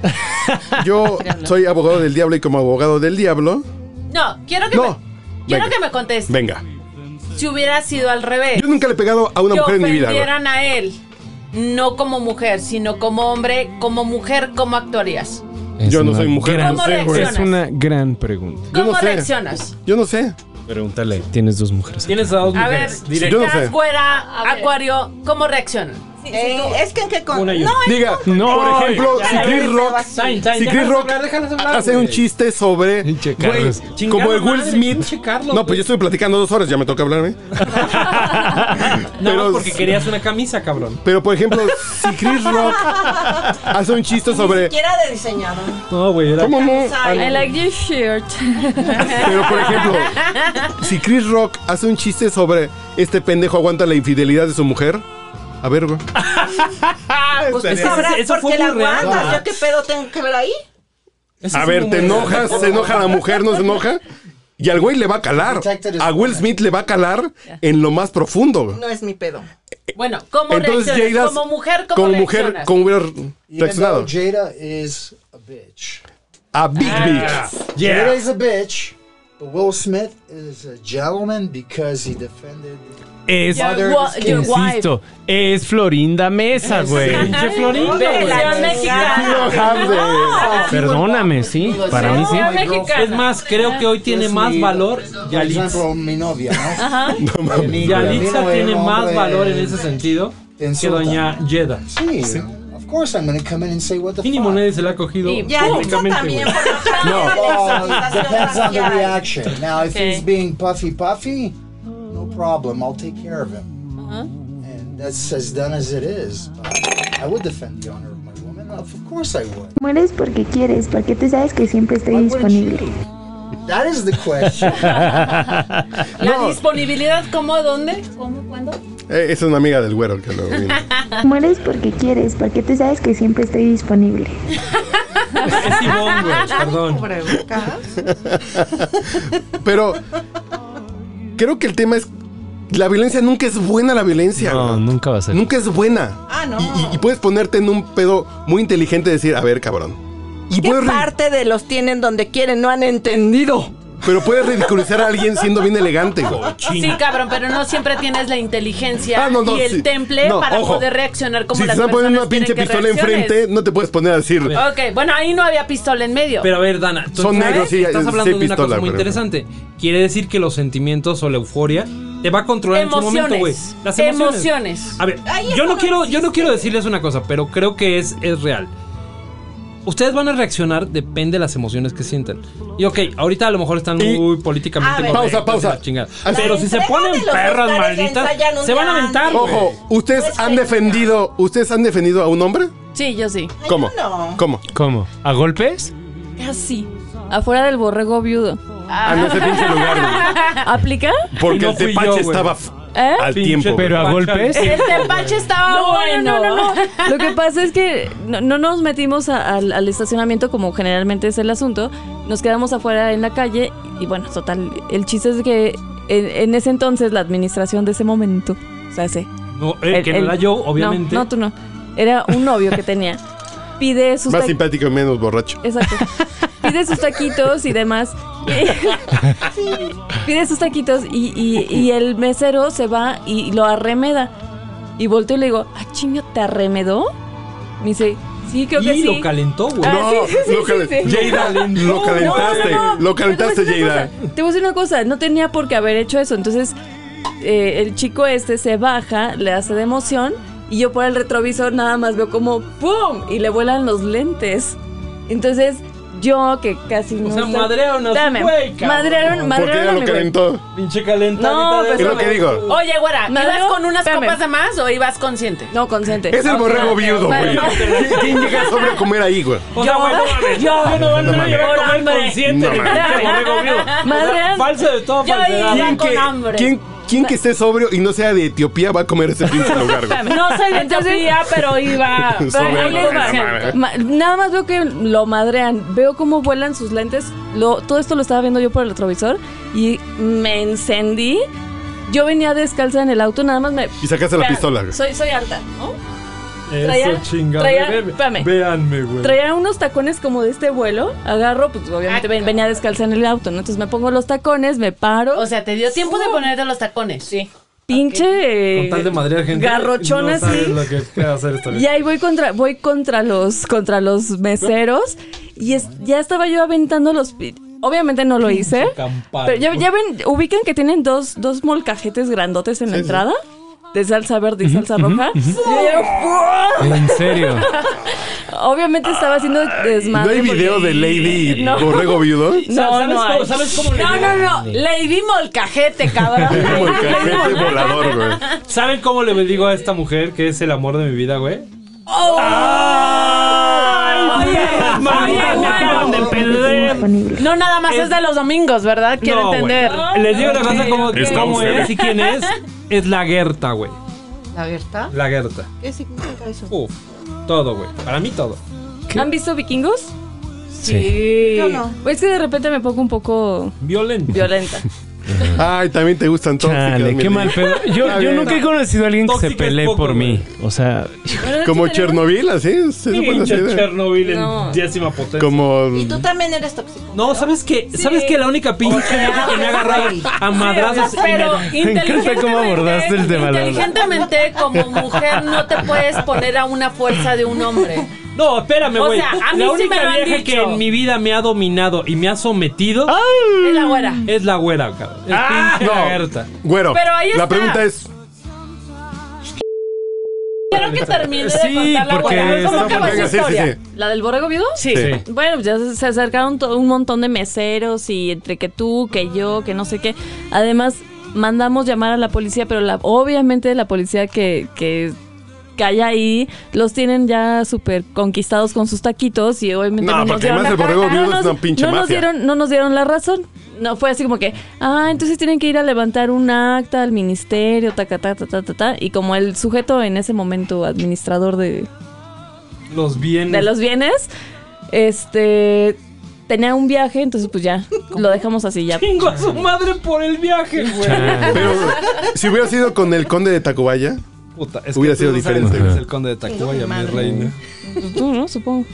yo soy abogado del diablo y como abogado del diablo. No, quiero que No. me, quiero venga. que me conteste. Venga. Si hubiera sido al revés. Yo nunca le he pegado a una que mujer en mi vida. güey. ofendieran a él, no como mujer, sino como hombre, como mujer, ¿cómo actuarías? Yo no soy mujer. gran- no sé, güey. es una gran pregunta. Yo ¿Cómo no sé. reaccionas? Yo no sé. Pregúntale. Tienes dos mujeres. Tienes a dos A ver, mujeres. directo. Yo no Cas, sé. güera, acuario, ¿cómo reaccionan? Eh, es que en qué con... Una y No, es Diga, No, por ejemplo, ya si la Chris viste, Rock, vas- Time, time, si Chris déjanos Rock hablar, déjanos hablar, hace un güey. chiste sobre Pinche Güey, Carlos. como Chingada el Will madre, Smith. pinche Carlos, No, pues güey. yo estoy platicando dos horas, ya me toca hablarme. Nada más Pero- porque querías una camisa, cabrón. Pero por ejemplo, si Chris Rock hace un chiste sobre siquiera de diseñador. No, güey, era. ¿Cómo no? I like your shirt. Pero por ejemplo, si Chris Rock hace un chiste sobre este pendejo aguanta la infidelidad de su mujer, a ver, güey. Pues tú Ese- sabrás ese por fue qué la muy real. aguantas. Ah. ¿Yo qué pedo tengo que ver ahí? A ver, te enojas, se enoja la mujer, no se enoja. Y al güey le va a calar. A Will Smith le va a calar en lo más profundo. güey. No es mi pedo. Bueno, ¿cómo Entonces reaccionas? llegas como mujer, ¿cómo como mujer, reaccionas? como hubiera Even though reaccionado. Jada is a bitch. A Big Ah. Big. Jada is a bitch, but Will Smith is a gentleman because he defended. Es, Your Mother- wa- que your insisto, es Florinda Mesa, güey. Pinche Florinda, Versión güey. mexicana. No, Hamlet. pues, Perdóname, sí. Para mí sí. Versión My mexicana. Es más, creo que hoy tiene Pues más mi- valor Por Yalitza. ejemplo, mi (laughs) novia, ¿no? No Que mames. mi- que mi Yalitza novia, tiene un más hombre- valor en ese sentido te que insulta. doña Jeda. Sí, of course I'm gonna come in and say what the Mínimo fuck. nadie se la ha cogido. Y Ya, Lucha públicamente, también. güey. (laughs) Well, Oh, it depends on the No. reaction. Now, if Okay. he's being puffy puffy, no problem. I'll take care of him. And that's as done as it is. But I would defend the honor of my woman. Of course I would. Mueres porque quieres, porque tú sabes que siempre estoy Why wouldn't disponible. you? That is the (laughs) question. La disponibilidad, ¿cómo? ¿Dónde? ¿Cómo? ¿Cuándo? Eh, Esa es una amiga del güero que lo vino. Mueres porque quieres, porque tú sabes que siempre estoy disponible. Es Simón, (laughs) güey, perdón. Pero creo que el tema es la violencia nunca es buena la violencia. No, güey. nunca va a ser. Nunca es buena. Ah, no. Y, y- y puedes ponerte en un pedo muy inteligente y decir, a ver, cabrón. Y ¿Qué puedes ri- parte de los tienen donde quieren no han entendido? pero puedes ridiculizar a alguien siendo bien elegante, güey. Sí, cabrón, pero no siempre tienes la inteligencia Ah, no, no, y el sí. temple No, para ojo. poder reaccionar como Si te las están poniendo personas una pinche quieren que pistola reacciones. enfrente, no te puedes poner a decir. Ok, bueno, ahí no había pistola en medio. Pero a ver, Dana, entonces, Son negros, sí, estás sí, hablando de una pistola, cosa muy pero- interesante. Quiere decir que los sentimientos o la euforia te va a controlar en su momento, güey. emociones. Las emociones. emociones. A ver, yo no quiero, yo no quiero decirles una cosa, pero creo que es, es real. Ustedes van a reaccionar depende de las emociones que sientan. Y ok, ahorita a lo mejor están Y- muy políticamente A ver. correctos Pausa, pausa. y la chingada. Así- Pero si se entrega ponen de los perras Óscares la malditas, ensayan un se van a día aventar. antes. güey. Ojo, ¿ustedes Pues, han venga. defendido. ¿Ustedes han defendido a un hombre? Sí, yo sí. Ay, ¿Cómo? yo no. ¿Cómo? ¿Cómo? ¿A golpes? Casi. Afuera del borrego (laughs) viudo. Ah. A Ah, no ese pinche lugar, (laughs) güey. ¿Aplica? Porque No el fui yo, tepache güey. estaba f- ¿Eh? al Pinche tiempo. güey. ¿Pero a golpes? El tepache estaba bueno. No, no, no, no. Ah, (laughs) Lo que pasa es que no, no nos metimos a- al, al estacionamiento como generalmente es el asunto. Nos quedamos afuera en la calle y bueno, total, el chiste es que en, en ese entonces la administración de ese momento, o sea, sí, No, eh, el- que no el- era yo, obviamente. No, no, tú no. Era un novio que tenía. Pide sus Más taqui- simpático y menos borracho. Exacto. Pide sus taquitos y demás. Pide sus taquitos y, y- y el mesero se va y lo arremeda. Y volteo y le digo, ah, chinga, ¿te arremedó? Me dice, sí, creo que y sí. lo calentó, güey. Ah, No, sí, sí, sí, lo, cal- sí, sí. Lleida, lo calentaste. Lo calentaste, Pero te voy a Jada. decir una cosa, Te voy a decir una cosa, no tenía por qué haber hecho eso. Entonces, eh, el chico este se baja, le hace de emoción, y yo por el retrovisor nada más veo como ¡pum! y le vuelan los lentes. Entonces, yo que casi no. o sea, sé- madrearon a Dame, su güey, cabrón. madrearon, Porque ella madrearon. a lo mi güey. calentó. Pinche calentadita No, de- pues, Es lo que digo. Oye, güera, ¿ibas Madero, con unas espérame. copas de más o ibas consciente? No, consente. Es el borrego viudo, güey. Bueno, ¿Quién- ¿Quién llega sobre a comer ahí, güey? O sea, (laughs) güey, pues, no mames. Yo no van a llegar a comer hambre. consciente. No ni mames. (laughs) pinche borrego viudo. O sea, Madrean. Falso de todo Yo falsedad. iba ¿Quién con que- hambre. ¿Quién ¿Quién que esté sobrio y no sea de Etiopía va a comer ese pinche lugar, güey? No soy de Entonces- Etiopía, pero iba. (laughs) Sobre Pero ahí la les va. mames. Ma- Nada más veo que lo madrean, veo cómo vuelan sus lentes. Lo, todo esto lo estaba viendo yo por el retrovisor y me encendí. Yo venía descalza en el auto, nada más me. Y sacaste la Espera, pistola. Soy, soy alta, ¿no? Eso, Traía- chingada. traía- Ve- ve- espérame. Véanme, güey. Traía unos tacones como de este vuelo. Agarro, pues obviamente ven- venía descalza en el auto, ¿no? Entonces me pongo los tacones, me paro. O sea, te dio tiempo de ponerte los tacones. Sí. pinche. Con tal de madrear gente. garrochón no así. sabes lo que puede hacer esta vez. Y ahí voy contra, voy contra los, contra los meseros y es- ya estaba yo aventando los. pi- Obviamente no lo hice. Campana. Pero ya, ya ven, ubican que tienen dos, dos molcajetes grandotes en la entrada. De salsa verde y salsa roja. Y yo, ¡fua! En serio. Obviamente estaba haciendo ¿No desmadre. hay video de Lady (laughs) No. Borrego Viudo? No, ¿Sabes no cómo- hay. sabes cómo le No, no, no. Lady Molcajete, cabrón. Como el cajete volador, güey. (laughs) ¿Saben cómo le digo a esta mujer que es el amor de mi vida, güey? No, nada más es de los domingos, ¿verdad? Quiero No, entender. güey. Les digo una cosa cómo, ok. Está cómo usted. es y quién es. Es la Gerta, güey. ¿La verdad? La Gerta. ¿Qué significa eso? Uf. Todo, güey. Para mí todo. ¿Han visto vikingos? Sí. Yo no. Pues es que de repente me pongo un poco Violento. violenta. Ay, también te gustan tóxicas. Chale, mi qué mal Lady. pedo. Yo, Está yo bien. nunca he conocido a alguien que se Tóxica es pelee poco, por mí. güey. O sea, (laughs) Como Chernobyl, así. Se supone así Pinche de- Chernobyl en No. décima potencia. Como. Y tú también eres tóxico. No, ¿sabes qué? ¿Sabes qué? La única pinche vieja que me ha agarrado a madrazos. y me- Pero me encanta cómo abordaste el tema. la verdad. inteligentemente, como mujer, no te puedes poner a una fuerza de un hombre. No, espérame, O güey. sea, a mí la sí única me lo han vieja dicho. que en mi vida me ha dominado y me ha sometido Ah. Es la güera. es la güera, cabrón. Es pinche No. la Gerta. Güero. Pero ahí La está. pregunta es: Quiero que termine Sí, de contar la porque güera. ¿Cómo está acaba Sí, esa sí, historia? sí. ¿La del borrego viudo? Sí. Sí. Bueno, ya se se acercaron to- un montón de meseros y entre que tú, que yo, que no sé qué. Además, mandamos llamar a la policía, pero la, obviamente la policía que, que, que hay ahí los tienen ya súper conquistados con sus taquitos y obviamente No, no, nos porque dieron además el borrego viudo es una pinche no nos mafia. dieron, no nos dieron la razón. No fue así como que, ah, entonces tienen que ir a levantar un acta al ministerio, ta, ta, ta, ta, ta, ta, ta. Y como el sujeto en ese momento administrador de, Los bienes. de los bienes. Este tenía un viaje, entonces pues ya lo dejamos así ya. Chingo a su madre por el viaje, güey. Pero si hubiera sido con el conde de Tacubaya, Puta, es Hubiera tú sido no sabes diferente, quién Es güey. el conde de Tacubaya, mi reina. Pues, Tú, ¿no? Supongo.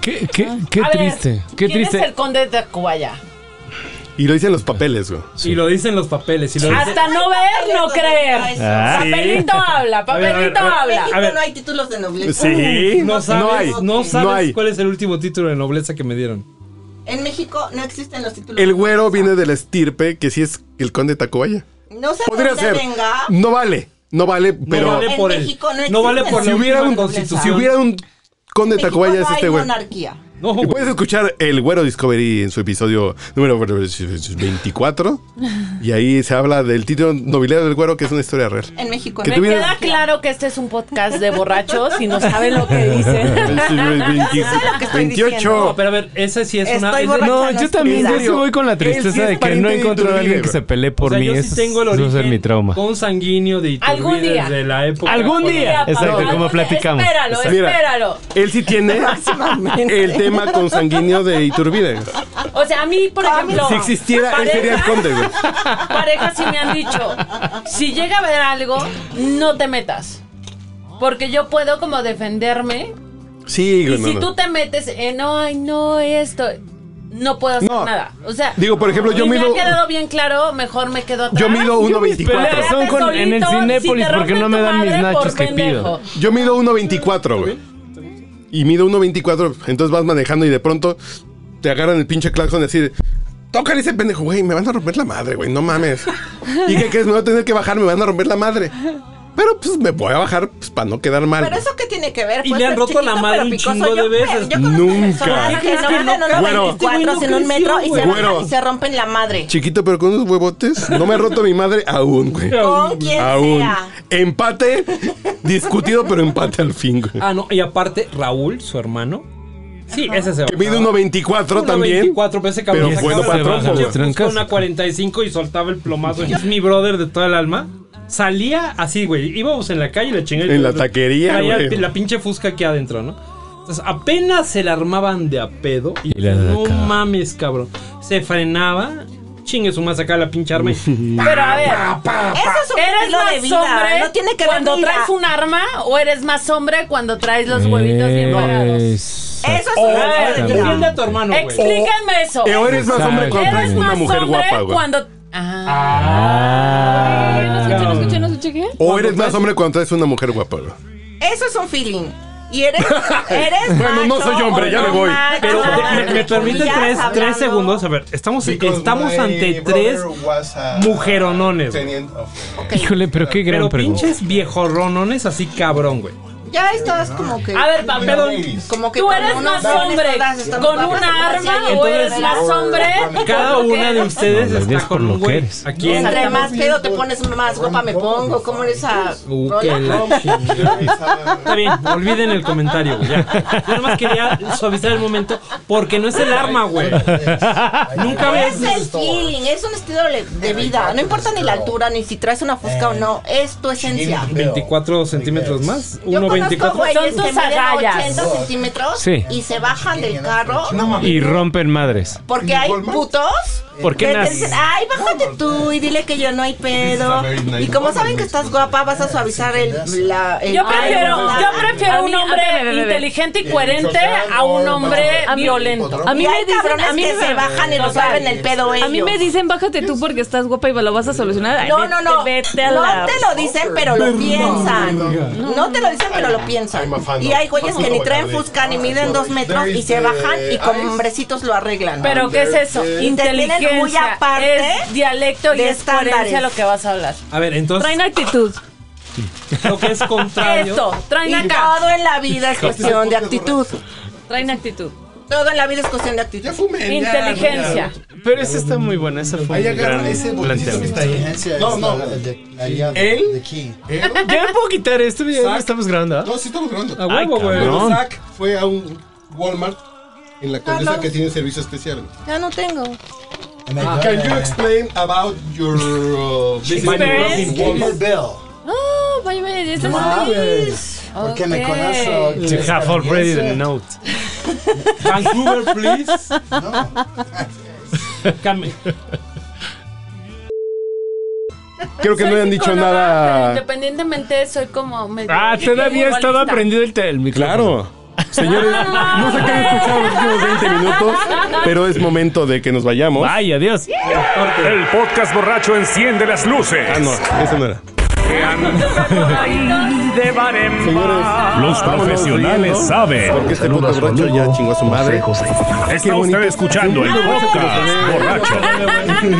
qué, qué, qué A ver, triste. Qué ¿Quién es el triste. conde de Tacubaya? y lo dicen los papeles, güey. Y lo dicen los papeles. Y Ah, lo dicen- Hasta no ver, no creer. Ah. Papelito habla, A ver, a ver, papelito a ver. habla. México A ver. no hay títulos de nobleza. Sí, No sabes, no, hay. sabes no hay. cuál es el último título de nobleza que me dieron. En México no existen los títulos. El de güero nobleza. viene del estirpe que sí es el conde de Tacubaya. No sé Podría dónde ser. venga. No vale. No vale, pero. no vale en por el- México no no vale existe por la la si hubiera última un constitución. si hubiera un conde de México Tacubaya es no este hay güey. monarquía. No, Y güey. puedes escuchar el Güero Discovery en su episodio número 24. y ahí se habla del título nobiliario del Güero, que es una historia real. En México Que no Me tuviera- queda (laughs) (laughs) claro que este es un podcast de borrachos y no saben lo que (laughs) dicen. que estoy 28. diciendo. No, pero a ver, esa sí es Estoy una. es- borracha. No, no yo también es yo vida. sí voy con la Él sí tristeza es de que pariente no he de encontrado a alguien Iturbide, que se bro. pelee por o sea, mí. Yo Eso sí es- tengo el eso origen es mi trauma. consanguíneo de Iturbide Algún día. desde la época. Algún día. Pablo, Exacto, algún como día. platicamos. Espéralo, Mira. espéralo. Él sí tiene el tema consanguíneo de Iturbide. O sea, a mí, por ejemplo, Si existiera, él sería el conde, güey. parejas sí me han dicho, si llega a haber algo, no te metas. Porque yo puedo como defenderme. Sí, Y güey. si no, no. tú te metes en, ay, no, esto, no puedo hacer No. nada. O sea, Digo, por ejemplo, yo si me mido- ha quedado bien claro, mejor me quedo atrás. Yo mido mis peleas 1.24. son con- en el Solito, Cinépolis si te porque no rompe me tu dan mis madre nachos por que pido. pendejo. Yo mido 1.24, güey. Y mido 1.24, entonces vas manejando y de pronto te agarran el pinche claxon y así de... Tócale ese pendejo, güey, me van a romper la madre, güey, no mames. ¿Y qué crees? Me voy a tener que bajar, me van a romper la madre. Pero pues me voy a bajar pues, para no quedar mal. Pero eso qué tiene que ver. Y Pues, le han es roto la chiquito, madre pero un picoso. chingo de Yo- veces. yo conozco Nunca. personas que se meten en Bueno. 1.24 en un metro y se Bueno. bajan y se rompen la madre. Chiquito, pero con unos huevotes. No me ha roto mi madre aún, güey. Con quien Aún. sea. Empate. Discutido, pero empate al fin, güey. Ah, no, y aparte, Raúl, su hermano, Sí, ese se va. Que mide 1.24 también. 1.24, pero ese cabrón Pero se bueno pues. acaba de para bajar. trompos, Yo güey. buscaba una 45 y soltaba el plomazo. Es mi brother de toda el alma. Salía así, güey. Íbamos en la calle y le chingué. En la taquería, Traía güey. la pinche fusca aquí adentro, ¿no? Entonces apenas se la armaban de a pedo. Y, Y le no atacaba. mames, cabrón. Se frenaba. Chingue su más acá la pinche (laughs) arma. y- Pero a ver, pa. eso es un Eres estilo más de vida. hombre no tiene que cuando traes un arma o eres más hombre cuando traes los huevitos bien parados. Eso es Oh, O- a ver, defiende a tu hermano, güey. Explícame eso. O eres más hombre cuando Eres traes una más mujer hombre guapa, güey. Cuando Ah, No escuché, no escuché, ¿qué? O eres más hombre cuando traes una mujer guapa, güey. Eso es un feeling. (laughs) Y eres, eres Bueno, no macho soy hombre, o ya no me voy. macho. Pero Ah, me, me permiten ya tres, sabrán, tres ¿no? segundos. A ver, estamos, Because estamos my ante brother tres was a mujeronones. güey. tenant of- Híjole, pero qué gran Pero pregunta. pinches viejorronones así cabrón, güey. Ya estás como que. A ver, pa- perdón. Como que tú con eres unos más varones hombre todas estamos con bajas, una todas arma así, o entonces, eres más hombre. Cada ¿Por qué? una de ustedes No, la idea es está por con lo un que güey. eres. Aquí en- Entre más pedo te pones, más guapa me pongo. ¿Cómo eres a.? Uh, que la chingada. Está bien, olviden el comentario, güey. ya. Yo nada más quería suavizar el momento porque no es el arma, güey. Nunca Es ves. el feeling, es un estilo de, de vida. No importa ni la altura, ni si traes una fusca o no. Es tu esencia. 24 centímetros más. 1.24. Son Son tus tus agallas. agallas. 80 centímetros Sí. y se bajan del carro Y rompen madres. porque hay putos. ¿Por qué que te nas- dicen, ay, bájate tú y dile que yo no hay This pedo. is a very Y nice como saben que estás guapa, vas a suavizar el. La, el- Yo prefiero, Ay, yo prefiero A un mí- hombre a ver, a ver, a ver. inteligente y coherente a un hombre A mí- violento. A mí Y me hay dicen, cabrones a mí que me se bajan y no nos abren el pedo A mí ellos. me dicen, bájate tú porque estás guapa y lo vas a solucionar. Ay, No, vete- no, no. Vete a no la- te lo dicen, pero lo piensan. No te lo dicen, pero lo piensan. Y hay güeyes que ni traen fusca ni miden dos metros y se bajan y con hombrecitos lo arreglan. Pero ¿qué es eso? Y te tienen muy Inteligencia, aparte es dialecto y de es coherencia estándares. lo que vas a hablar. A ver, entonces Traen actitud. lo que es contrario. Esto, traen Y acá. todo en la vida es cuestión de actitud. Traen actitud. Todo en la vida es cuestión de actitud. Inteligencia. Pero esa está muy buena, esa fue Ahí un gran agarra ese boticismo. planteamiento. Inteligencia No, es no. la- el de- la llave, Él- the key. Ya puedo quitar esto, ya lo estamos grabando. ¿ah? No, sí estamos grabando. A huevo, Ay, güey. Cuando cabrón. Zack fue a un Walmart en la condesa que tiene servicio especial. Ya no tengo. Ah, Can you explain about your uh, visit Experience? in Your Walmart? bill. No, vaya, vaya, ya estás Mames. Porque me Ok. conozco. You have already the note. Vancouver, please. Cambie. Creo que no Soy le han dicho psicóloga, pero nada. Independientemente, soy como. medio Ah, todavía estaba igualista. Ah, prendido el, tel- el micrófono. Claro. Señores, no sé qué han escuchado los últimos 20 minutos, pero es momento de que nos vayamos. Vaya, adiós. El podcast borracho enciende las luces. Ah, no, eso no era. Señores, Los vámonos profesionales riendo, saben. Porque este puto borracho ya chingó a su madre. Está bonito. usted escuchando el podcast borracho.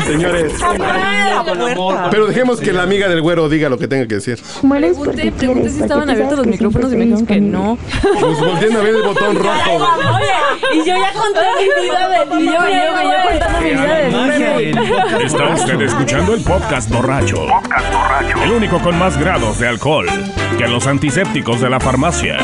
Señores, Con amor, con- pero dejemos que la amiga del güero diga lo que tenga que decir. Mueres Pregunté, porque pregunté quieres, si porque estaban tú abiertos sabes los que siempre micrófonos y me estoy dijeron que disponible. no. Nos volteen a ver el botón rojo. güey. Oye, y yo ya conté mi vida de. Y yo, y yo, y yo contando mi vida de. Está usted escuchando el podcast borracho. El único con más grados de alcohol que los antisépticos de la farmacia.